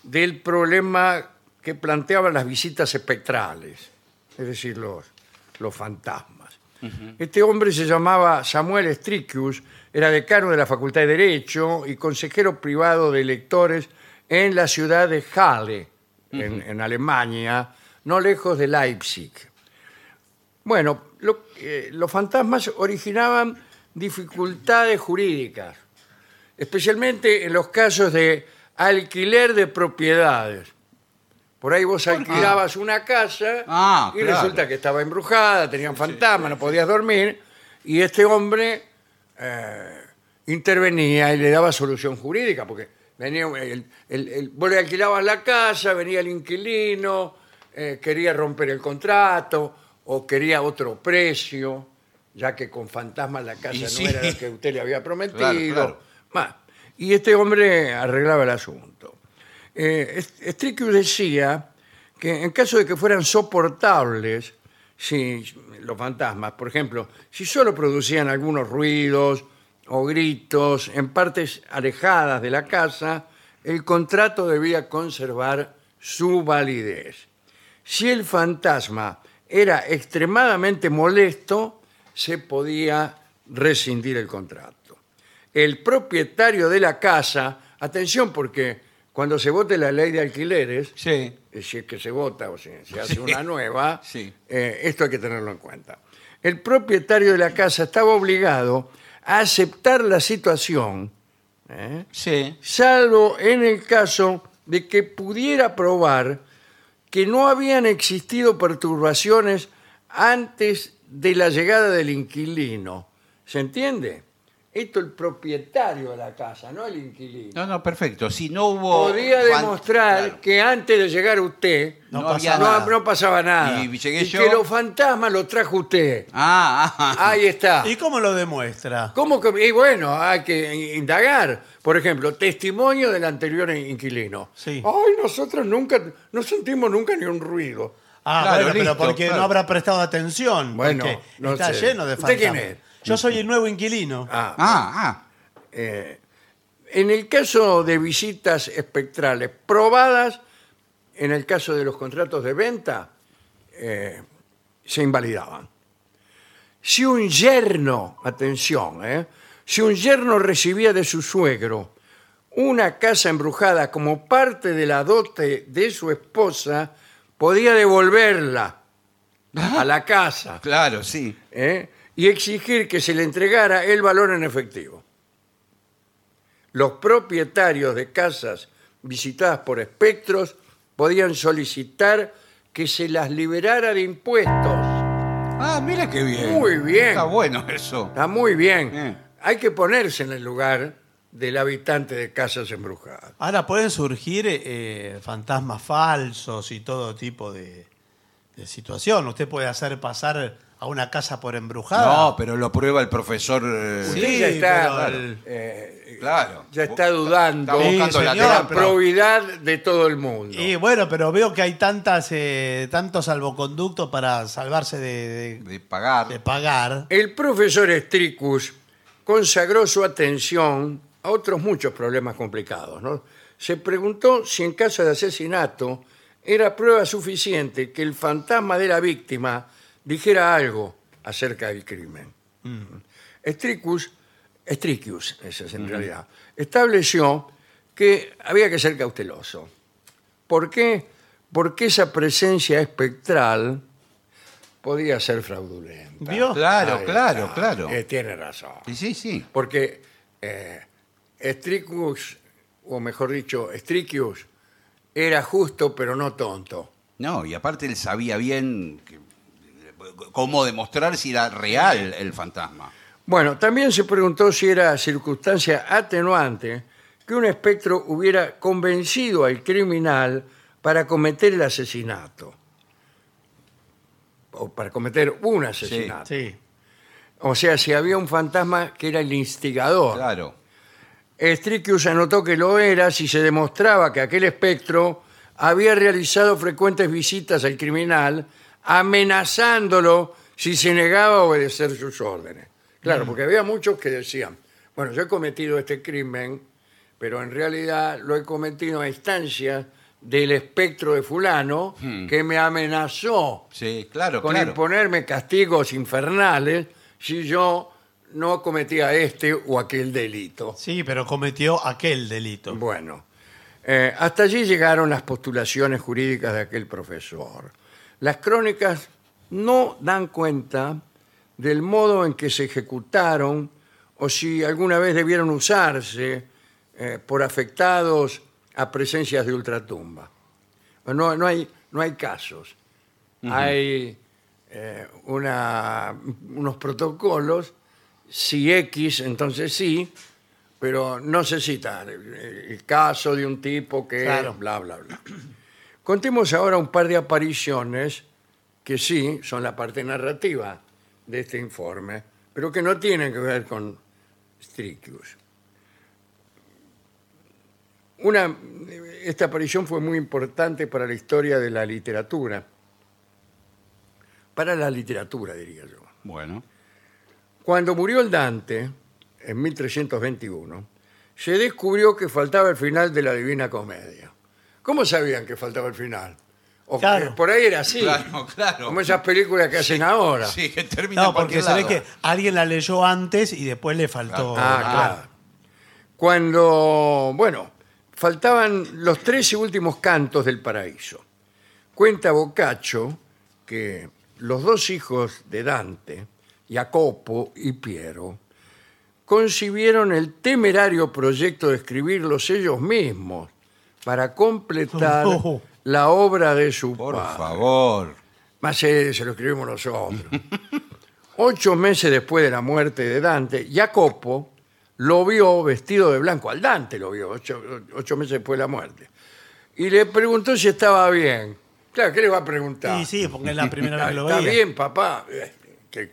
S1: del problema que planteaban las visitas espectrales, es decir, los, los fantasmas. Este hombre se llamaba Samuel Strickius, era decano de la Facultad de Derecho y consejero privado de electores en la ciudad de Halle, en- en Alemania, no lejos de Leipzig. Bueno, lo- eh, los fantasmas originaban dificultades jurídicas, especialmente en los casos de alquiler de propiedades. Por ahí vos alquilabas una casa
S3: Ah,
S1: y
S3: claro.
S1: resulta que estaba embrujada, tenían fantasmas, no podías dormir, y este hombre eh, intervenía y le daba solución jurídica, porque venía el, el- el- vos le alquilabas la casa, venía el inquilino, eh, quería romper el contrato o quería otro precio, ya que con fantasmas la casa
S3: Y
S1: no
S3: sí.
S1: era la que usted le había prometido.
S3: Claro, claro.
S1: Más. Y este hombre arreglaba el asunto. Eh, Est- Strickius decía que en caso de que fueran soportables si los fantasmas, por ejemplo, si solo producían algunos ruidos o gritos en partes alejadas de la casa, el contrato debía conservar su validez. Si el fantasma era extremadamente molesto, se podía rescindir el contrato. El propietario de la casa, atención porque cuando se vote la ley de alquileres,
S3: Sí.
S1: eh, si es que se vota o si se hace una nueva,
S3: Sí.
S1: eh, esto hay que tenerlo en cuenta. El propietario de la casa estaba obligado a aceptar la situación, ¿eh?
S3: Sí.
S1: salvo en el caso de que pudiera probar que no habían existido perturbaciones antes de la llegada del inquilino. ¿Se entiende? Esto el propietario de la casa, no el inquilino.
S3: No, no, perfecto. Si no hubo.
S1: Podía
S3: fan-
S1: demostrar
S3: Claro.
S1: que antes de llegar usted
S2: No
S3: No,
S2: pasa
S3: había
S1: no,
S3: nada.
S1: no pasaba nada.
S3: Y llegué yo.
S1: que los fantasmas los trajo usted.
S3: Ah, ah, ah.
S1: Ahí está.
S2: ¿Y cómo lo demuestra?
S1: ¿Cómo que- y bueno, hay que indagar. Por ejemplo, testimonio del anterior inquilino.
S2: Sí.
S1: Ay, nosotros nunca, no sentimos nunca ni un ruido.
S2: Ah,
S3: Claro,
S2: bueno, pero
S3: listo,
S2: porque
S3: claro.
S2: no habrá prestado atención.
S1: Bueno,
S2: porque
S1: no
S2: está
S1: sé.
S2: lleno de
S1: ¿Usted
S2: fantasmas.
S1: quién
S2: Yo soy el nuevo inquilino.
S1: Ah,
S3: Ah, ah.
S1: eh, en el caso de visitas espectrales probadas, en el caso de los contratos de venta, eh, se invalidaban. Si un yerno, atención, eh, si un yerno recibía de su suegro una casa embrujada como parte de la dote de su esposa, podía devolverla a la casa
S3: Claro, sí.
S1: ¿eh? y exigir que se le entregara el valor en efectivo. Los propietarios de casas visitadas por espectros podían solicitar que se las liberara de impuestos.
S3: Ah, mira qué bien.
S1: Muy bien.
S3: Está bueno eso.
S1: Está muy bien.
S3: Bien.
S1: Hay que ponerse en el lugar del habitante de casas embrujadas.
S2: eh, Ahora pueden surgir eh, fantasmas falsos y todo tipo de, de situación. Usted puede hacer pasar a una casa por embrujada.
S3: No, pero lo prueba el profesor. eh,
S2: Sí,
S1: Usted ya está,
S2: pero el-
S1: eh,
S3: Claro.
S1: ya está dudando
S3: Está buscando
S2: Sí,
S3: la
S2: señor,
S1: la
S3: trampa.
S2: pero-
S1: probidad de todo el mundo.
S2: Y bueno, pero veo que hay tantas, eh, tantos salvoconductos para salvarse de, de-
S3: De pagar.
S2: de pagar.
S1: El profesor Stricus consagró su atención a otros muchos problemas complicados. ¿no? Se preguntó si en caso de asesinato era prueba suficiente que el fantasma de la víctima dijera algo acerca del crimen. Stricus, Stricus, ese es en realidad, estableció que había que ser cauteloso. ¿Por qué? Porque esa presencia espectral podía ser fraudulenta.
S2: ¿Vio?
S3: Claro,
S1: Ahí
S3: claro,
S1: está.
S3: claro.
S1: Eh, tiene razón.
S3: Sí, sí, sí.
S1: Porque eh, Stricus, o mejor dicho, Stricus, era justo pero no tonto.
S3: No, y aparte él sabía bien que- cómo demostrar si era real el fantasma.
S1: Bueno, también se preguntó si era circunstancia atenuante que un espectro hubiera convencido al criminal para cometer el asesinato. O para cometer un asesinato.
S2: Sí.
S1: O sea, si había un fantasma que era el instigador.
S3: Claro.
S1: Stricus anotó que lo era si se demostraba que aquel espectro había realizado frecuentes visitas al criminal, amenazándolo si se negaba a obedecer sus órdenes. Claro, porque había muchos que decían, bueno, yo he cometido este crimen, pero en realidad lo he cometido a instancia del espectro de fulano que me amenazó
S3: Sí, claro,
S1: con
S3: claro.
S1: imponerme castigos infernales si yo no cometía este o aquel delito.
S2: Sí, pero cometió aquel delito.
S1: Bueno, eh, hasta allí llegaron las postulaciones jurídicas de aquel profesor. Las crónicas no dan cuenta del modo en que se ejecutaron o si alguna vez debieron usarse eh, por afectados a presencias de ultratumba. No, no hay, no hay casos. Hay eh, una- unos protocolos, si X, entonces sí, pero no se cita el, el caso de un tipo que...
S2: Claro.
S1: Bla, bla, bla. Contemos ahora un par de apariciones que sí son la parte narrativa de este informe, pero que no tienen que ver con Strictius. Una, esta aparición fue muy importante para la historia de la literatura. Para la literatura, diría yo.
S3: Bueno.
S1: Cuando murió el Dante, en 1321, se descubrió que faltaba el final de la Divina Comedia. ¿Cómo sabían que faltaba el final? O que
S2: Claro.
S1: por ahí era así.
S3: Claro, claro.
S1: Como esas películas que hacen ahora.
S3: Sí, que termina
S2: No,
S3: en cualquier
S2: porque sabés
S3: lado.
S2: que alguien la leyó antes y después le faltó.
S1: Ah, claro. Cuando, bueno, faltaban los 13 últimos cantos del paraíso. Cuenta Boccaccio que los dos hijos de Dante, Jacopo y Piero, concibieron el temerario proyecto de escribirlos ellos mismos para completar
S2: Oh.
S1: la obra de su
S3: Por
S1: padre.
S3: favor.
S1: Más eh, se lo escribimos nosotros. Ocho meses después de la muerte de Dante, Jacopo lo vio vestido de blanco. Al Dante lo vio, ocho, ocho meses después de la muerte. Y le preguntó si estaba bien. Claro, ¿qué le va a preguntar?
S2: Sí, sí, porque es la primera vez
S1: Ah,
S2: que lo
S1: Está
S2: veía.
S1: bien, papá. Eh, ¿Qué,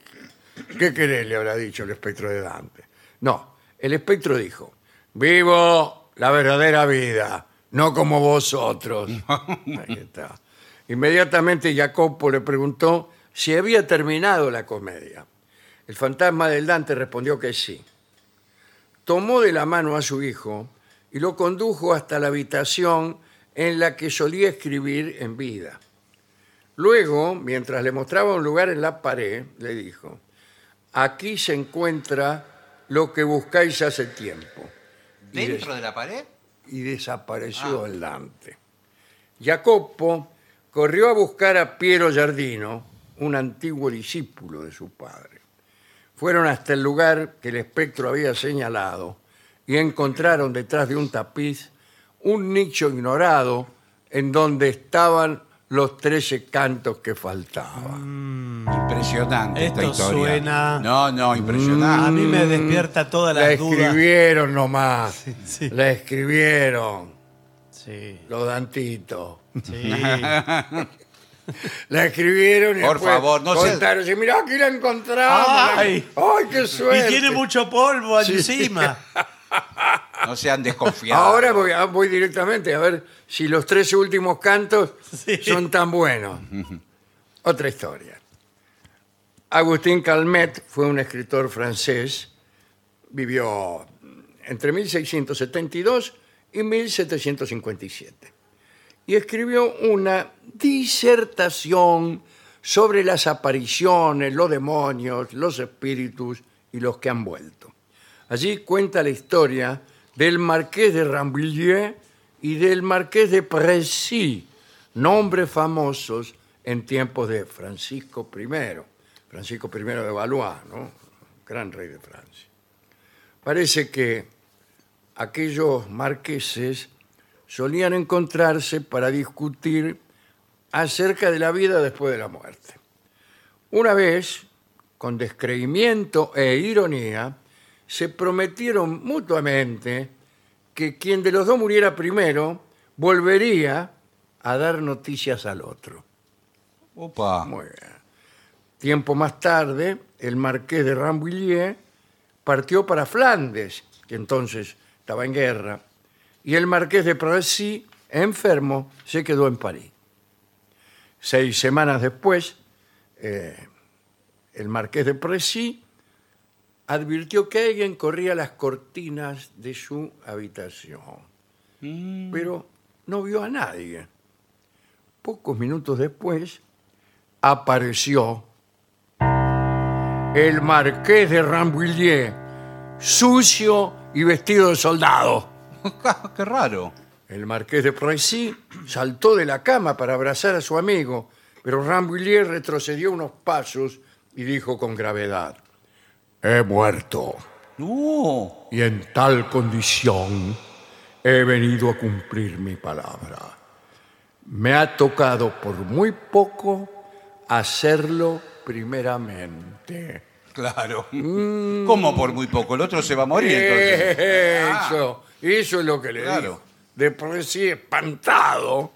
S1: ¿Qué querés? Le habrá dicho el espectro de Dante. No, el espectro dijo, vivo la verdadera vida, no como vosotros. Ahí está. Inmediatamente Jacopo le preguntó si había terminado la comedia. El fantasma del Dante respondió que sí. Tomó de la mano a su hijo y lo condujo hasta la habitación en la que solía escribir en vida. Luego, mientras le mostraba un lugar en la pared, le dijo, aquí se encuentra lo que buscáis hace tiempo. Y des-
S3: ¿Dentro de la pared?
S1: y desapareció el Dante. Jacopo corrió a buscar a Piero Giardino, un antiguo discípulo de su padre. Fueron hasta el lugar que el espectro había señalado y encontraron detrás de un tapiz un nicho ignorado en donde estaban los trece cantos que faltaban.
S3: Impresionante
S2: Esto
S3: esta historia.
S2: suena-
S3: No, no,
S2: A
S3: impresionante.
S2: mí me despierta todas
S1: Mm. La
S2: las dudas.
S1: escribieron nomás,
S2: sí.
S1: la escribieron
S2: Sí,
S1: los dantitos.
S2: sí.
S1: La escribieron y
S3: Por
S1: después
S3: favor, no seas-
S1: contaron. Y mirá, aquí la encontramos.
S2: Ay.
S1: ¡Ay, qué
S2: Y
S1: suerte!
S2: tiene mucho polvo
S1: Sí.
S2: encima.
S3: No sean desconfiados.
S1: Ahora voy, ah, voy directamente a ver si los tres últimos cantos
S2: Sí.
S1: son tan buenos. Otra historia. Agustín Calmet fue un escritor francés. Vivió entre 1672 y 1757. Y escribió una disertación sobre las apariciones, los demonios, los espíritus y los que han vuelto. Allí cuenta la historia del marqués de Rambouillet y del marqués de Précy, nombres famosos en tiempos de Francisco I, Francisco I de Valois, ¿no? gran rey de Francia. Parece que aquellos marqueses solían encontrarse para discutir acerca de la vida después de la muerte. Una vez, con descreimiento e ironía, se prometieron mutuamente que quien de los dos muriera primero volvería a dar noticias al otro.
S3: Opa.
S1: Muy bien. Tiempo más tarde, el marqués de Rambouillet partió para Flandes, que entonces estaba en guerra, y el marqués de Précy, enfermo, se quedó en París. Seis semanas después, eh, el marqués de Précy advirtió que alguien corría las cortinas de su habitación pero no vio a nadie. Pocos minutos después apareció el marqués de Rambouillet, sucio y vestido de soldado.
S3: Qué raro.
S1: El marqués de Précy saltó de la cama para abrazar a su amigo, pero Rambouillet retrocedió unos pasos y dijo con gravedad, he muerto
S3: No.
S1: y en tal condición he venido a cumplir mi palabra. Me ha tocado por muy poco hacerlo primeramente.
S3: Claro. ¿Cómo por muy poco? El otro se va a morir entonces.
S1: Eh,
S3: eh, ah.
S1: Eso, eso es lo que le
S3: Claro.
S1: digo. De por sí espantado,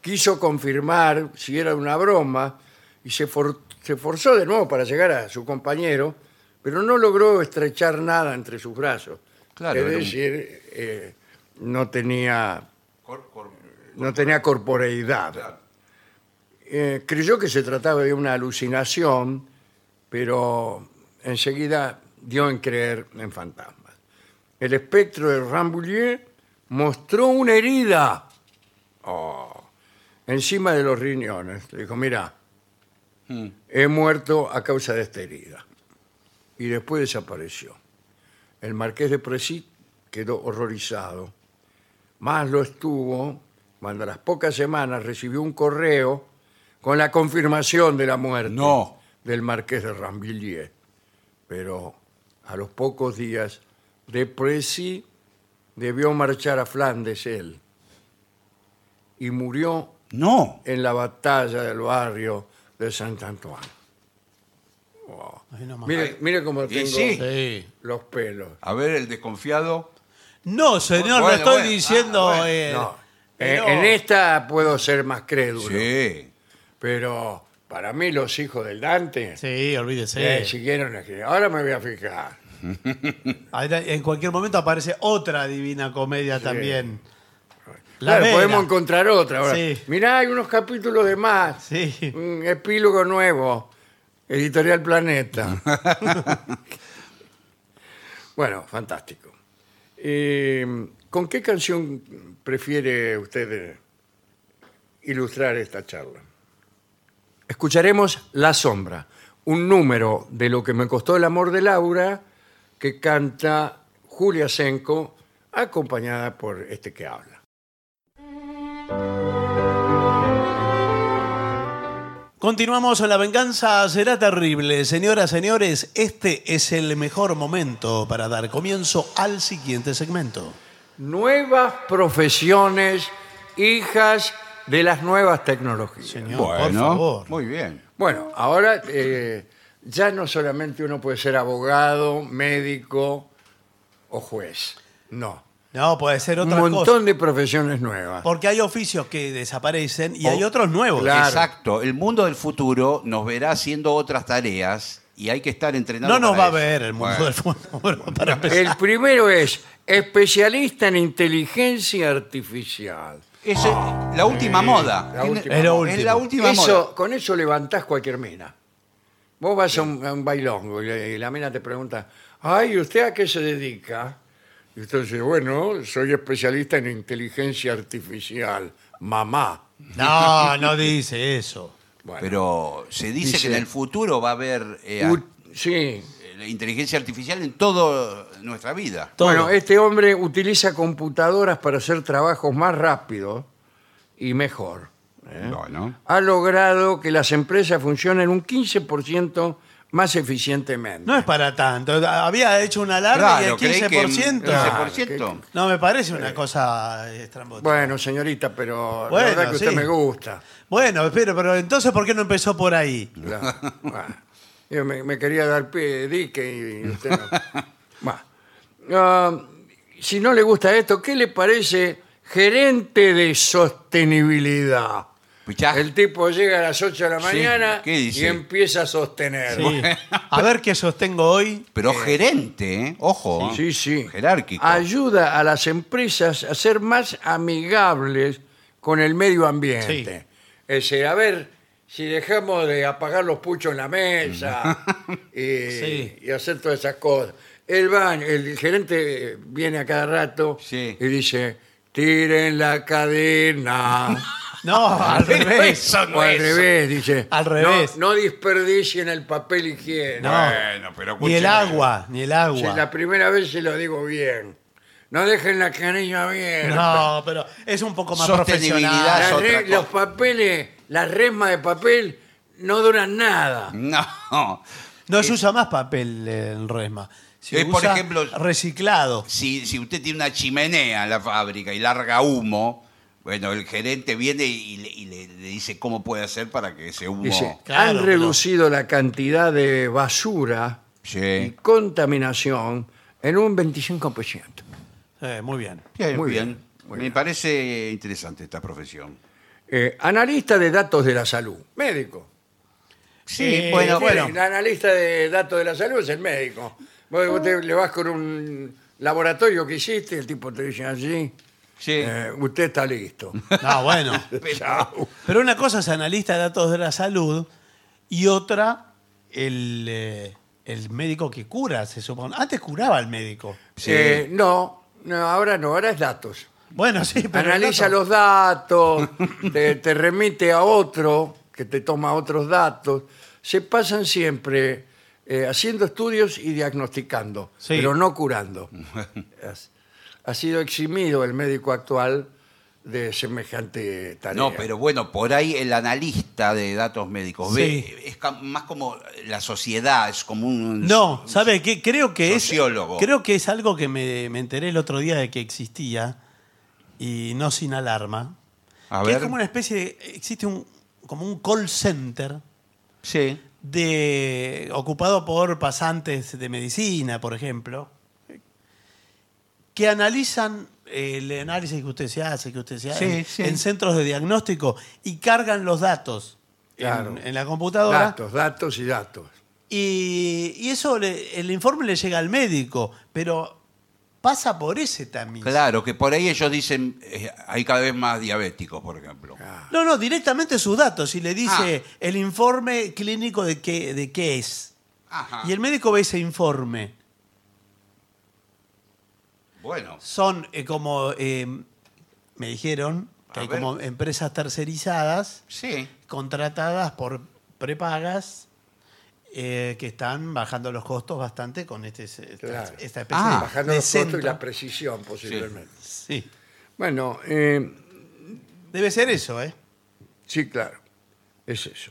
S1: quiso confirmar si era una broma y se, for- se forzó de nuevo para llegar a su compañero, pero no logró estrechar nada entre sus brazos.
S3: Claro,
S1: es
S3: era un-
S1: decir, eh, no tenía
S3: Ah, Cor- cor-
S1: no tenía corporeidad. Eh, creyó que se trataba de una alucinación, pero enseguida dio en creer en fantasmas. El espectro de Rambouillet mostró una herida oh, encima de los riñones. Le dijo, mira,
S3: Mm.
S1: he muerto a causa de esta herida. Y después desapareció. El marqués de Precy quedó horrorizado. Más lo estuvo cuando a las pocas semanas recibió un correo con la confirmación de la muerte
S3: No.
S1: del marqués de Rambouillet. Pero a los pocos días de Precy debió marchar a Flandes él y murió
S3: No.
S1: en la batalla del barrio de Saint-Antoine.
S2: Ay, no, mamá.
S1: Mire, mire cómo tengo
S3: sí.
S2: Sí.
S1: los pelos.
S3: A ver, el desconfiado.
S2: No, señor, no
S3: Bueno,
S2: estoy
S3: bueno.
S2: diciendo.
S3: Ah, bueno.
S2: eh,
S1: No, eh,
S2: pero-
S1: en esta puedo ser más crédulo,
S3: Sí.
S1: pero para mí los hijos del Dante
S2: Sí, olvídese.
S1: eh, siguieron aquí. Ahora me voy a fijar.
S2: Ahora, en cualquier momento aparece otra divina comedia también. La
S1: Claro,
S2: Vera.
S1: podemos encontrar otra. Ahora.
S2: Sí.
S1: Mirá, hay unos capítulos de más.
S2: Sí.
S1: Un epílogo nuevo. Editorial Planeta. bueno, fantástico. Eh, ¿Con qué canción prefiere usted eh, ilustrar esta charla? Escucharemos La Sombra, un número de Lo que me costó el amor de Laura que canta Julia Senko acompañada por este que habla.
S2: Continuamos, la venganza será terrible. Señoras, señores, este es el mejor momento para dar comienzo al siguiente segmento.
S1: nuevas profesiones, hijas de las nuevas tecnologías.
S2: Señor, por
S3: Bueno.
S2: favor.
S3: Muy bien.
S1: Bueno, ahora eh, ya no solamente uno puede ser abogado, médico o juez, no.
S2: No, puede ser
S1: Un
S2: otra
S1: montón
S2: cosa.
S1: de profesiones nuevas.
S2: Porque hay oficios que desaparecen y
S3: O-
S2: hay otros nuevos.
S1: Claro.
S3: Exacto. El mundo del futuro nos verá haciendo otras tareas y hay que estar entrenando.
S2: No nos va
S3: para
S2: a
S3: eso.
S2: ver el mundo
S3: Bueno,
S2: del fútbol para empezar.
S1: El primero es especialista en inteligencia artificial.
S3: es eh, la última moda.
S1: la
S3: Tiene-
S1: última
S2: Es lo
S3: Es la
S2: último.
S3: última moda.
S1: Eso, con eso levantás cualquier mina. Vos vas a un, a un bailongo y la- y la mina te pregunta, ay, ¿y ¿usted a qué se dedica? Y usted dice, bueno, soy especialista en inteligencia artificial, mamá.
S2: No, no dice eso.
S1: Bueno,
S3: Pero se dice,
S1: Dice-
S3: que en el futuro va a haber eh,
S1: ut- sí.
S3: eh, la inteligencia artificial en toda nuestra vida.
S2: Todo.
S1: Bueno, este hombre utiliza computadoras para hacer trabajos más rápido y mejor.
S2: Eh.
S3: Bueno.
S1: Ha logrado que las empresas funcionen un 15% más eficientemente.
S2: No es para tanto. Había hecho un alarme y el
S3: Claro, creí que en
S2: 15%.
S1: Claro.
S3: 15%.
S2: No, me parece
S3: Eh.
S2: una cosa eh, estrambótica. Bueno,
S1: Bueno, señorita, pero
S2: Bueno,
S1: la verdad que usted
S2: sí.
S1: me gusta.
S2: pero, pero entonces, ¿por qué no empezó por ahí?
S1: Claro. Bueno, yo me, me quería dar pie de dique y usted no. Bueno. Ah, si no le gusta esto, ¿qué le parece gerente de sostenibilidad?
S3: Pichá.
S1: El tipo llega a las 8 de la
S3: Sí,
S1: mañana
S3: ¿qué dice?
S1: y empieza a sostener.
S2: Sí. A ver qué sostengo hoy.
S3: Pero gerente, ¿eh? ojo. ¿eh?
S1: Sí, sí.
S3: Jerárquico.
S1: Ayuda a las empresas a ser más amigables con el medio ambiente. Es decir, a ver si dejamos de apagar los puchos en la mesa y,
S2: Mm. Sí.
S1: y hacer todas esas cosas. El baño, el gerente viene a cada rato
S3: Sí.
S1: y dice, tiren la cadena.
S2: No, al revés.
S1: O al revés, dice.
S2: Al
S1: "No-
S2: revés.
S1: No, desperdicien el papel higiénico.
S2: No.
S3: Bueno, pero
S2: Ni el
S3: escúcheme.
S2: agua, ni el
S1: Si
S2: agua.
S1: la primera vez se lo digo bien. No dejen la canilla bien.
S2: No, pero es un poco más
S3: Sostenibilidad
S2: profesional.
S1: Las
S3: es otra
S1: re-
S3: cosa.
S1: los papeles, las resmas de papel no duran nada.
S3: No.
S2: No se usa más papel en resma. Se
S3: Eh, por
S2: usa
S3: ejemplo-
S2: reciclado.
S3: Si, si usted tiene una chimenea en la fábrica y larga humo, bueno, el gerente viene y, le, y le- le dice cómo puede hacer para que ese humo.
S1: Dice,
S2: Claro,
S1: han
S2: pero-
S1: reducido la cantidad de basura y
S3: Sí.
S1: contaminación en un 25%.
S2: Eh, muy bien.
S1: muy
S3: muy bien.
S1: bien, muy
S3: Me
S1: bien.
S3: parece interesante esta profesión.
S1: Eh, analista de datos de la salud. Médico.
S3: Sí,
S2: Eh,
S3: bueno,
S1: ¿Quién
S3: Ah, bueno.
S1: es El analista de datos de la salud es el médico. Vos, vos te- le vas con un laboratorio que hiciste, el tipo te dice así,
S3: Sí.
S1: eh, usted está listo.
S2: No, bueno.
S1: Chao.
S2: Pero una cosa es analista de datos de la salud y otra el, eh, el médico que cura, se supone. Antes curaba el médico.
S3: Sí.
S1: Eh, no, no, ahora no, ahora es datos.
S2: Bueno, sí, pero. el
S1: Analiza
S2: dato-
S1: los datos, te, te remite a otro que te toma otros datos. Se pasan siempre eh, haciendo estudios y diagnosticando,
S2: Sí.
S1: pero no curando. Has- ha sido eximido el médico actual de semejante tarea.
S3: No, pero bueno, por ahí el analista de datos médicos
S2: Sí.
S3: ve, es ca- más como la sociedad, es como un...
S2: No, ¿sabe qué? Creo que es.
S3: Sociólogo.
S2: Creo que es algo que me, me enteré el otro día de que existía y no sin alarma.
S3: A
S2: que
S3: ver.
S2: es como una especie de. Existe un. como un call center
S3: Sí.
S2: de ocupado por pasantes de medicina, por ejemplo, que analizan eh, el análisis que usted se hace, que usted se hace
S3: Sí,
S2: en,
S3: sí.
S2: en centros de diagnóstico y cargan los datos en-
S1: Claro.
S2: en, la computadora
S1: datos, datos y datos.
S2: y, y eso le- el informe le llega al médico, pero pasa por ese también.
S3: Claro, que por ahí ellos dicen, eh, hay cada vez más diabéticos, por ejemplo.
S1: Ah.
S2: No, no, directamente sus datos y le dice
S3: Ah.
S2: el informe clínico de qué, de qué es.
S3: Ajá.
S2: Y el médico ve ese informe.
S3: Bueno,
S2: son eh, como, eh, me dijeron, que
S3: A
S2: hay
S3: ver.
S2: como empresas tercerizadas
S3: sí.
S2: contratadas por prepagas eh, que están bajando los costos bastante con este, esta,
S1: Claro.
S2: esta especie
S3: Ah.
S2: de,
S1: Bajando
S2: de
S1: los costos y
S2: centro.
S1: la precisión, posiblemente.
S2: Sí.
S1: Bueno, eh,
S2: Debe ser eso, ¿eh?
S1: Sí, claro. Es eso.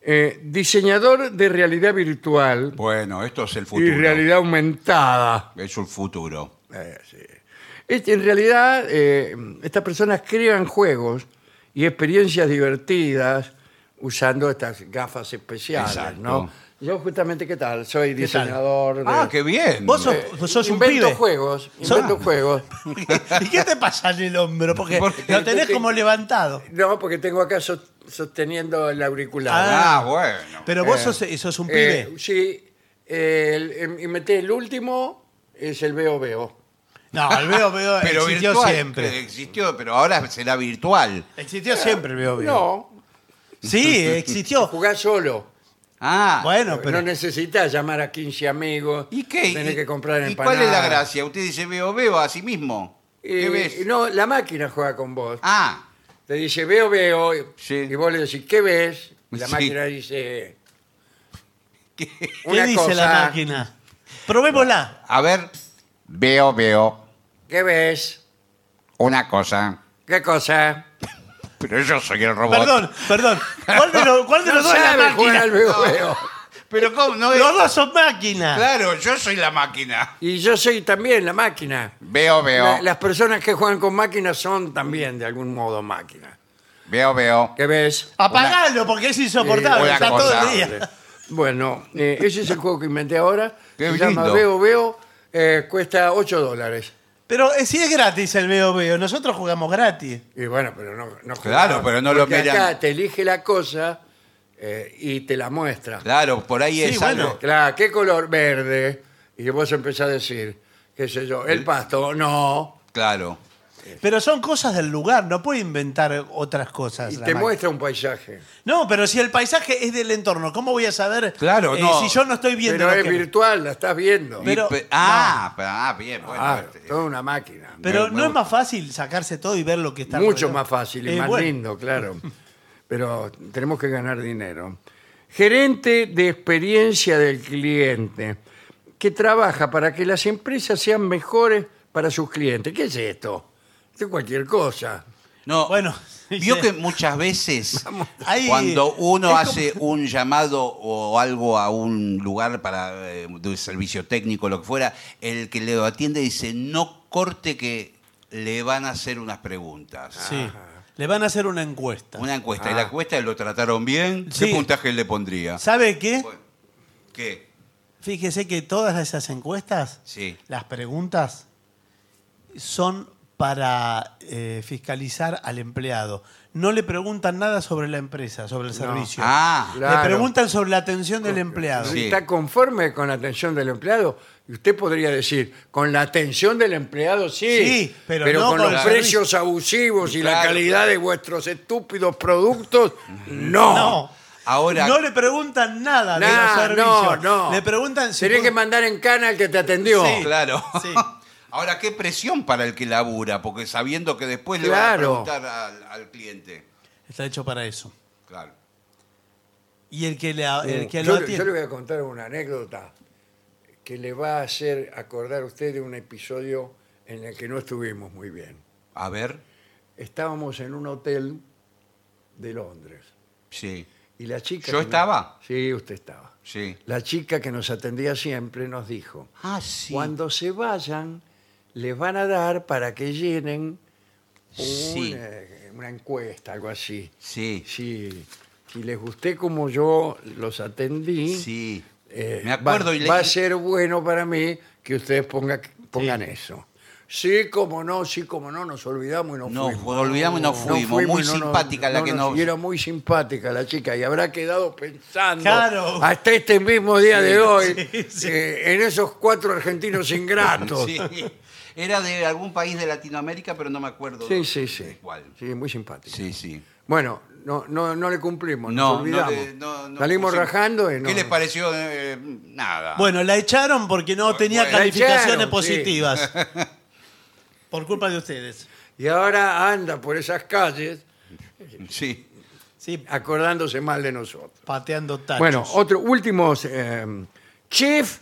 S1: Eh, diseñador de realidad virtual
S3: Bueno, esto es el futuro.
S1: y realidad aumentada.
S3: Es un futuro.
S1: Eh, sí. Este, en realidad, eh, estas personas crean juegos y experiencias divertidas usando estas gafas especiales,
S3: Exacto.
S1: ¿no? Yo justamente, ¿qué tal? Soy
S2: ¿Qué tal?
S1: diseñador de...
S3: Ah, qué bien.
S2: Vos sos,
S1: eh,
S2: sos un
S1: invento
S2: pibe.
S1: juegos,
S2: Sos-
S1: invento juegos.
S2: ¿Y qué te pasa en el hombro? Porque
S3: Porque-
S2: lo tenés como levantado.
S1: No, porque tengo acá so- sosteniendo el auricular.
S3: Ah, bueno.
S2: Pero vos sos, sos un pibe.
S1: Eh, sí, eh, el- em- y metí el último, es el veo veo.
S2: No, el veo veo
S3: Pero
S2: existió
S3: virtual. eh,
S2: siempre.
S3: Existió, pero ahora será virtual.
S2: Existió siempre el veo veo.
S1: No,
S2: Sí, existió.
S1: jugás solo.
S3: Ah.
S2: Bueno, pero
S1: no necesitas llamar a 15 amigos.
S3: ¿Y qué?
S1: Tenés
S3: ¿Y-
S1: que comprar
S3: ¿Y cuál es la
S1: empanadas.
S3: gracia? Usted dice veo, veo a sí mismo. ¿Qué
S1: Eh,
S3: ves?
S1: No, la máquina juega con vos.
S3: Ah,
S1: Te dice, veo, veo. y-
S3: Sí.
S1: Y vos le decís, ¿qué ves? Y la
S3: Sí.
S1: máquina dice.
S2: ¿qué
S1: una
S2: dice
S1: cosa,
S2: la máquina? Probémosla.
S3: a ver. Veo, veo
S1: ¿Qué ves?
S3: una cosa.
S1: ¿Qué cosa?
S3: Pero yo soy el robot.
S2: Perdón, perdón. ¿Cuál de, los- cuál de
S1: No
S2: los dos es la
S1: sabe jugar
S2: máquina?
S1: al veo, veo.
S3: Pero cómo no es-
S2: Los dos son máquinas.
S3: Claro, yo soy la máquina.
S1: Y yo soy también la máquina.
S3: Veo, veo.
S1: La- las personas que juegan con máquinas son también, de algún modo, máquinas.
S3: Veo, veo.
S1: ¿Qué ves? Eh,
S2: Apagalo porque es insoportable.
S3: Una
S2: está
S3: cosa.
S2: todo el día.
S1: Bueno, eh, ese es el juego que inventé ahora.
S3: Qué
S1: Se llama
S3: lindo.
S1: Veo, veo. eh, cuesta 8 dólares.
S2: Pero eh, si es gratis el veo veo, nosotros jugamos gratis.
S1: Y bueno, pero no, no
S3: Claro,
S1: jugaba,
S3: pero no lo
S1: porque
S3: miran.
S1: Acá te elige la cosa eh, y te la muestra.
S3: Claro, por ahí
S2: Sí,
S3: es
S2: bueno.
S3: algo.
S1: Claro, ¿qué color? Verde. Y vos empezás a decir, qué sé yo, el pasto, no.
S3: Claro.
S2: Pero son cosas del lugar, no puede inventar otras cosas.
S1: Y
S2: la
S1: te
S2: máquina.
S1: muestra un paisaje.
S2: No, pero si el paisaje es del entorno, ¿cómo voy a saber
S3: Claro,
S2: eh,
S3: no.
S2: si yo no estoy viendo?
S1: Pero
S2: lo
S1: es
S2: que-
S1: virtual, la estás viendo.
S3: Y
S2: Pero-
S3: pe- ah, pero- ah, bien, bueno.
S1: Ah,
S3: este-
S1: toda una máquina.
S2: Pero
S3: Me- me
S2: no es
S3: gusta.
S2: más fácil sacarse todo y ver lo que está
S1: Mucho
S2: alrededor?
S1: más fácil y
S2: Eh,
S1: más
S2: bueno,
S1: lindo, claro. Pero tenemos que ganar dinero. Gerente de experiencia del cliente, que trabaja para que las empresas sean mejores para sus clientes. ¿Qué es esto? Esto es cualquier cosa.
S3: No,
S2: Bueno,
S3: vio
S2: sí.
S3: que muchas veces
S2: Ahí-
S3: cuando
S2: es
S3: uno
S2: como-
S3: hace un llamado o algo a un lugar para eh, de un servicio técnico, lo que fuera, el que le atiende dice, no corte que le van a hacer unas preguntas.
S2: Sí. Le van a hacer una encuesta.
S3: Una encuesta. ¿Y
S1: Ah.
S3: la encuesta lo trataron bien?
S2: Sí.
S3: ¿Qué puntaje le pondría?
S2: ¿Sabe qué?
S3: Bueno, ¿Qué?
S2: Fíjese que todas esas encuestas,
S3: Sí.
S2: las preguntas, son para eh, fiscalizar al empleado. No le preguntan nada sobre la empresa, sobre el servicio.
S3: Ah,
S1: claro.
S2: Le preguntan sobre la atención del empleado.
S3: Sí.
S1: ¿Está conforme con la atención del empleado? Y usted podría decir, con la atención del empleado sí,
S2: Sí, pero no
S1: con,
S2: con
S1: los
S2: el
S1: precios abusivos y la
S3: Claro.
S1: calidad de vuestros estúpidos productos, no.
S2: No.
S3: Ahora-
S2: no le preguntan nada de los
S1: Nah, no,
S2: servicios.
S1: no.
S2: Le preguntan si.
S1: Tenés
S2: pu-
S1: que mandar en cana al que te atendió.
S2: Sí.
S3: claro.
S2: Sí.
S3: Ahora, qué presión para el que labura, porque sabiendo que después
S1: Claro.
S3: le van a preguntar al, al cliente.
S2: Está hecho para eso.
S3: Claro.
S2: Y el que, le,
S3: Eh,
S2: el que lo
S1: Eh, yo, yo
S2: atiende.
S1: le voy a contar una anécdota que le va a hacer acordar a usted de un episodio en el que no estuvimos muy bien.
S3: A ver.
S1: Estábamos en un hotel de Londres
S3: Sí,
S1: y la chica... que
S3: ¿Yo
S1: nos-
S3: estaba?
S1: Sí, usted estaba.
S3: sí.
S1: La chica que nos atendía siempre nos dijo,
S3: Ah, sí.
S1: cuando se vayan, les van a dar para que llenen un,
S3: Sí.
S1: eh, una encuesta, algo así.
S3: Sí,
S1: Sí, si les gusté como yo los atendí,
S3: sí.
S1: eh,
S3: Me acuerdo
S1: va,
S3: y le-
S1: va a ser bueno para mí que ustedes ponga- pongan eso. Sí, como no, sí, como no, nos olvidamos y nos
S3: Nos
S1: fuimos.
S3: olvidamos y nos fuimos. Muy
S1: y nos-
S3: simpática la
S1: no
S3: que
S1: nos-
S3: nos-
S1: Y era muy simpática la chica y habrá quedado pensando
S2: Claro.
S1: hasta este mismo día de hoy
S2: sí, sí.
S1: eh, en esos cuatro argentinos ingratos.
S3: Sí. Era de algún país de Latinoamérica, pero no me acuerdo.
S1: sí,
S3: de-
S1: sí.
S3: de
S1: Sí,
S3: cuál.
S1: Sí, muy simpática.
S3: Sí, sí.
S1: Bueno, no, no, no le cumplimos,
S3: No,
S1: nos olvidamos.
S3: le- no- no
S1: Salimos
S3: pusimos-
S1: rajando y no.
S3: ¿Qué les pareció? Eh, nada.
S2: Bueno, la echaron porque no tenía
S3: bueno, la
S2: calificaciones
S1: echaron, sí.
S2: positivas. Por culpa de ustedes.
S1: Y ahora anda por esas calles
S3: Sí.
S2: Sí,
S1: acordándose mal de nosotros.
S2: pateando tachos.
S1: Bueno, otro, últimos. eh, chef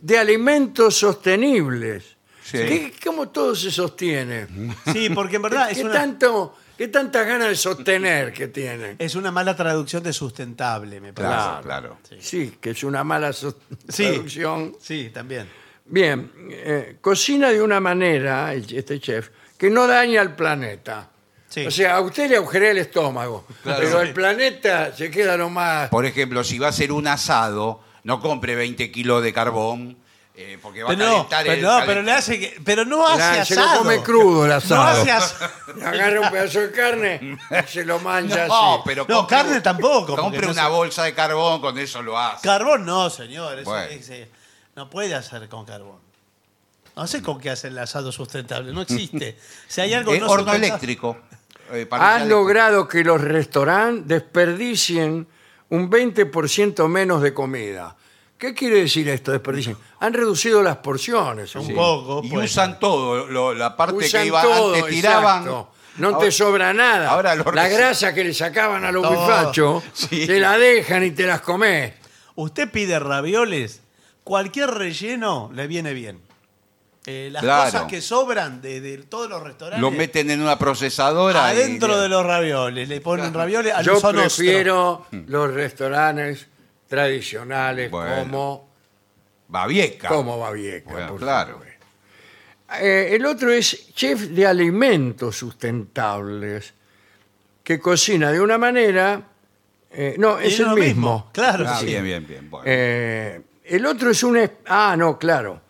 S1: de alimentos sostenibles.
S3: Sí.
S1: ¿Qué- ¿Cómo todo se sostiene?
S2: Sí, porque en verdad
S1: ¿Qué,
S2: es
S1: qué
S2: una,
S1: tanto, ¿Qué tantas ganas de sostener que tienen?
S2: es una mala traducción de sustentable, me parece.
S3: Claro, claro.
S1: Sí, que es una mala so-
S2: Sí.
S1: traducción.
S2: Sí, también.
S1: Bien, eh, cocina de una manera, el- este chef, que no daña al planeta.
S2: Sí.
S1: O sea, a usted le agujerea el estómago,
S3: Claro.
S1: pero el
S2: Sí.
S1: planeta se queda nomás.
S3: Por ejemplo, si va a hacer un asado, no compre 20 kilos de carbón, eh, porque va
S2: Pero
S3: a
S2: no,
S3: calentar el-
S2: pero, no, pero
S3: calent-
S2: le hace que- pero no hace
S1: La- se lo
S2: asado.
S1: come crudo el asado.
S2: No hace asado.
S1: Agarra un pedazo de carne y se lo mancha
S3: No,
S1: así.
S3: pero
S2: No, carne tampoco, porque
S3: Compre
S2: no
S3: una
S2: se-
S3: bolsa de carbón, con eso lo hace.
S2: Carbón no, señor. eso
S3: Bueno.
S2: es- eh, no puede hacer con carbón. No sé con qué hacer el asado sustentable. No existe. Si hay algo
S3: Eh,
S2: no
S3: horno
S2: sustentable-
S3: eléctrico. eh, parrilla
S1: Han
S3: eléctrica.
S1: logrado que los restaurantes desperdicien un 20% menos de comida. ¿Qué quiere decir esto, desperdicien? Han reducido las porciones.
S2: Un
S1: Sí.
S2: poco.
S3: Y
S2: pues.
S3: usan todo, lo- la parte
S1: Usan
S3: que iba
S1: todo,
S3: antes tiraban.
S1: exacto. No
S3: Ahora-
S1: te sobra nada.
S3: ahora lo
S1: la
S3: reci-
S1: grasa que le sacaban a los
S2: Todo.
S1: bifachos,
S3: Sí.
S1: te la dejan y te las comes.
S2: Usted pide ravioles, cualquier relleno le viene bien. Eh, las
S3: Claro.
S2: cosas que sobran de, de todos los restaurantes.
S3: Lo meten en una procesadora. y-
S2: adentro de los ravioles. Le ponen ravioles
S3: Ah,
S2: al
S1: Yo
S2: uso nostro.
S1: prefiero los restaurantes tradicionales
S3: Bueno.
S1: como,
S3: Babieca.
S1: como Babieca.
S3: Bueno,
S1: por
S3: claro.
S1: supuesto. Eh, el otro es chef de alimentos sustentables, que cocina de una manera... eh, no, es
S2: Y
S1: el
S2: lo
S1: mismo.
S2: Claro,
S3: Ah,
S2: sí.
S3: bien, bien, bien. bueno.
S1: Eh, el otro es un... es- Ah, no, claro.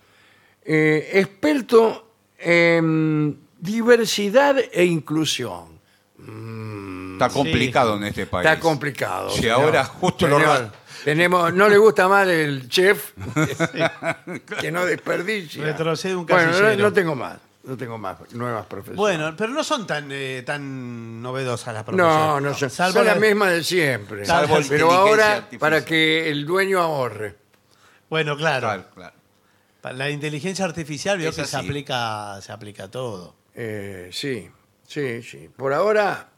S1: Eh, experto en diversidad e inclusión.
S3: Está complicado en este país.
S1: Está complicado.
S3: Si
S1: señor.
S3: ahora justo lo
S1: Señor,
S3: ra-
S1: tenemos, no le gusta más el chef que no desperdicia.
S2: Retrocede un
S1: Bueno, no,
S2: casillero.
S1: no tengo más, no tengo más nuevas profesiones.
S2: Bueno, pero no son tan, eh, tan novedosas las profesiones.
S1: no, no son,
S2: Salvo
S1: son
S2: la-
S1: las mismas de siempre.
S2: Salvo
S1: pero
S2: la
S3: inteligencia
S1: ahora
S3: artificial.
S1: para que el dueño ahorre.
S2: Bueno, claro.
S3: Claro, claro.
S2: Pa- La inteligencia artificial vio
S3: Es
S2: que se
S3: así.
S2: aplica, se aplica a todo.
S1: Eh, sí, sí, sí. Por ahora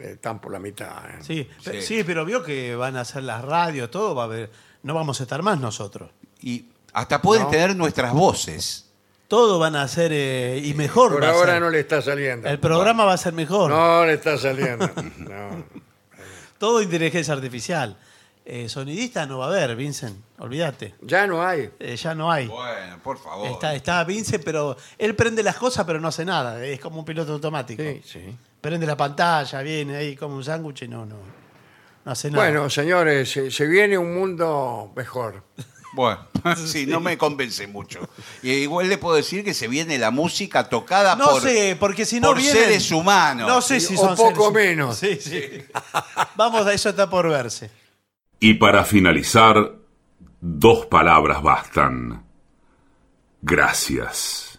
S1: eh, están por la mitad. ¿eh?
S2: Sí, pe-
S3: Sí.
S2: sí, pero vio que van a hacer las radios, todo va a haber. No vamos a estar más nosotros.
S3: Y hasta pueden
S1: No.
S3: tener nuestras voces.
S2: Todo van a ser eh, y mejor.
S1: Por
S2: va a
S1: ahora
S2: ser.
S1: no le está saliendo.
S2: El programa va a ser mejor.
S1: No le está saliendo. no.
S2: Todo inteligencia artificial. Eh, sonidista no va a haber, Vincent. Olvídate.
S1: Ya no hay.
S2: Eh, ya no hay.
S3: Bueno, por favor.
S2: Está, está Vincent, pero él prende las cosas, pero no hace nada. Es como un piloto automático.
S1: Sí, sí.
S2: Prende la pantalla, viene ahí como un sándwich y no, no. No hace nada.
S1: Bueno, señores, se, se viene un mundo mejor.
S3: Bueno, sí, no me convence mucho. Y igual le puedo decir que se viene la música tocada
S2: No
S3: por,
S2: sé, porque si no
S3: por
S2: vienen-
S3: seres humanos.
S2: No sé si
S1: O
S2: son
S1: poco
S2: seres-
S1: menos.
S2: Sí, sí. Vamos, a eso está por verse.
S4: Y para finalizar, dos palabras bastan. Gracias.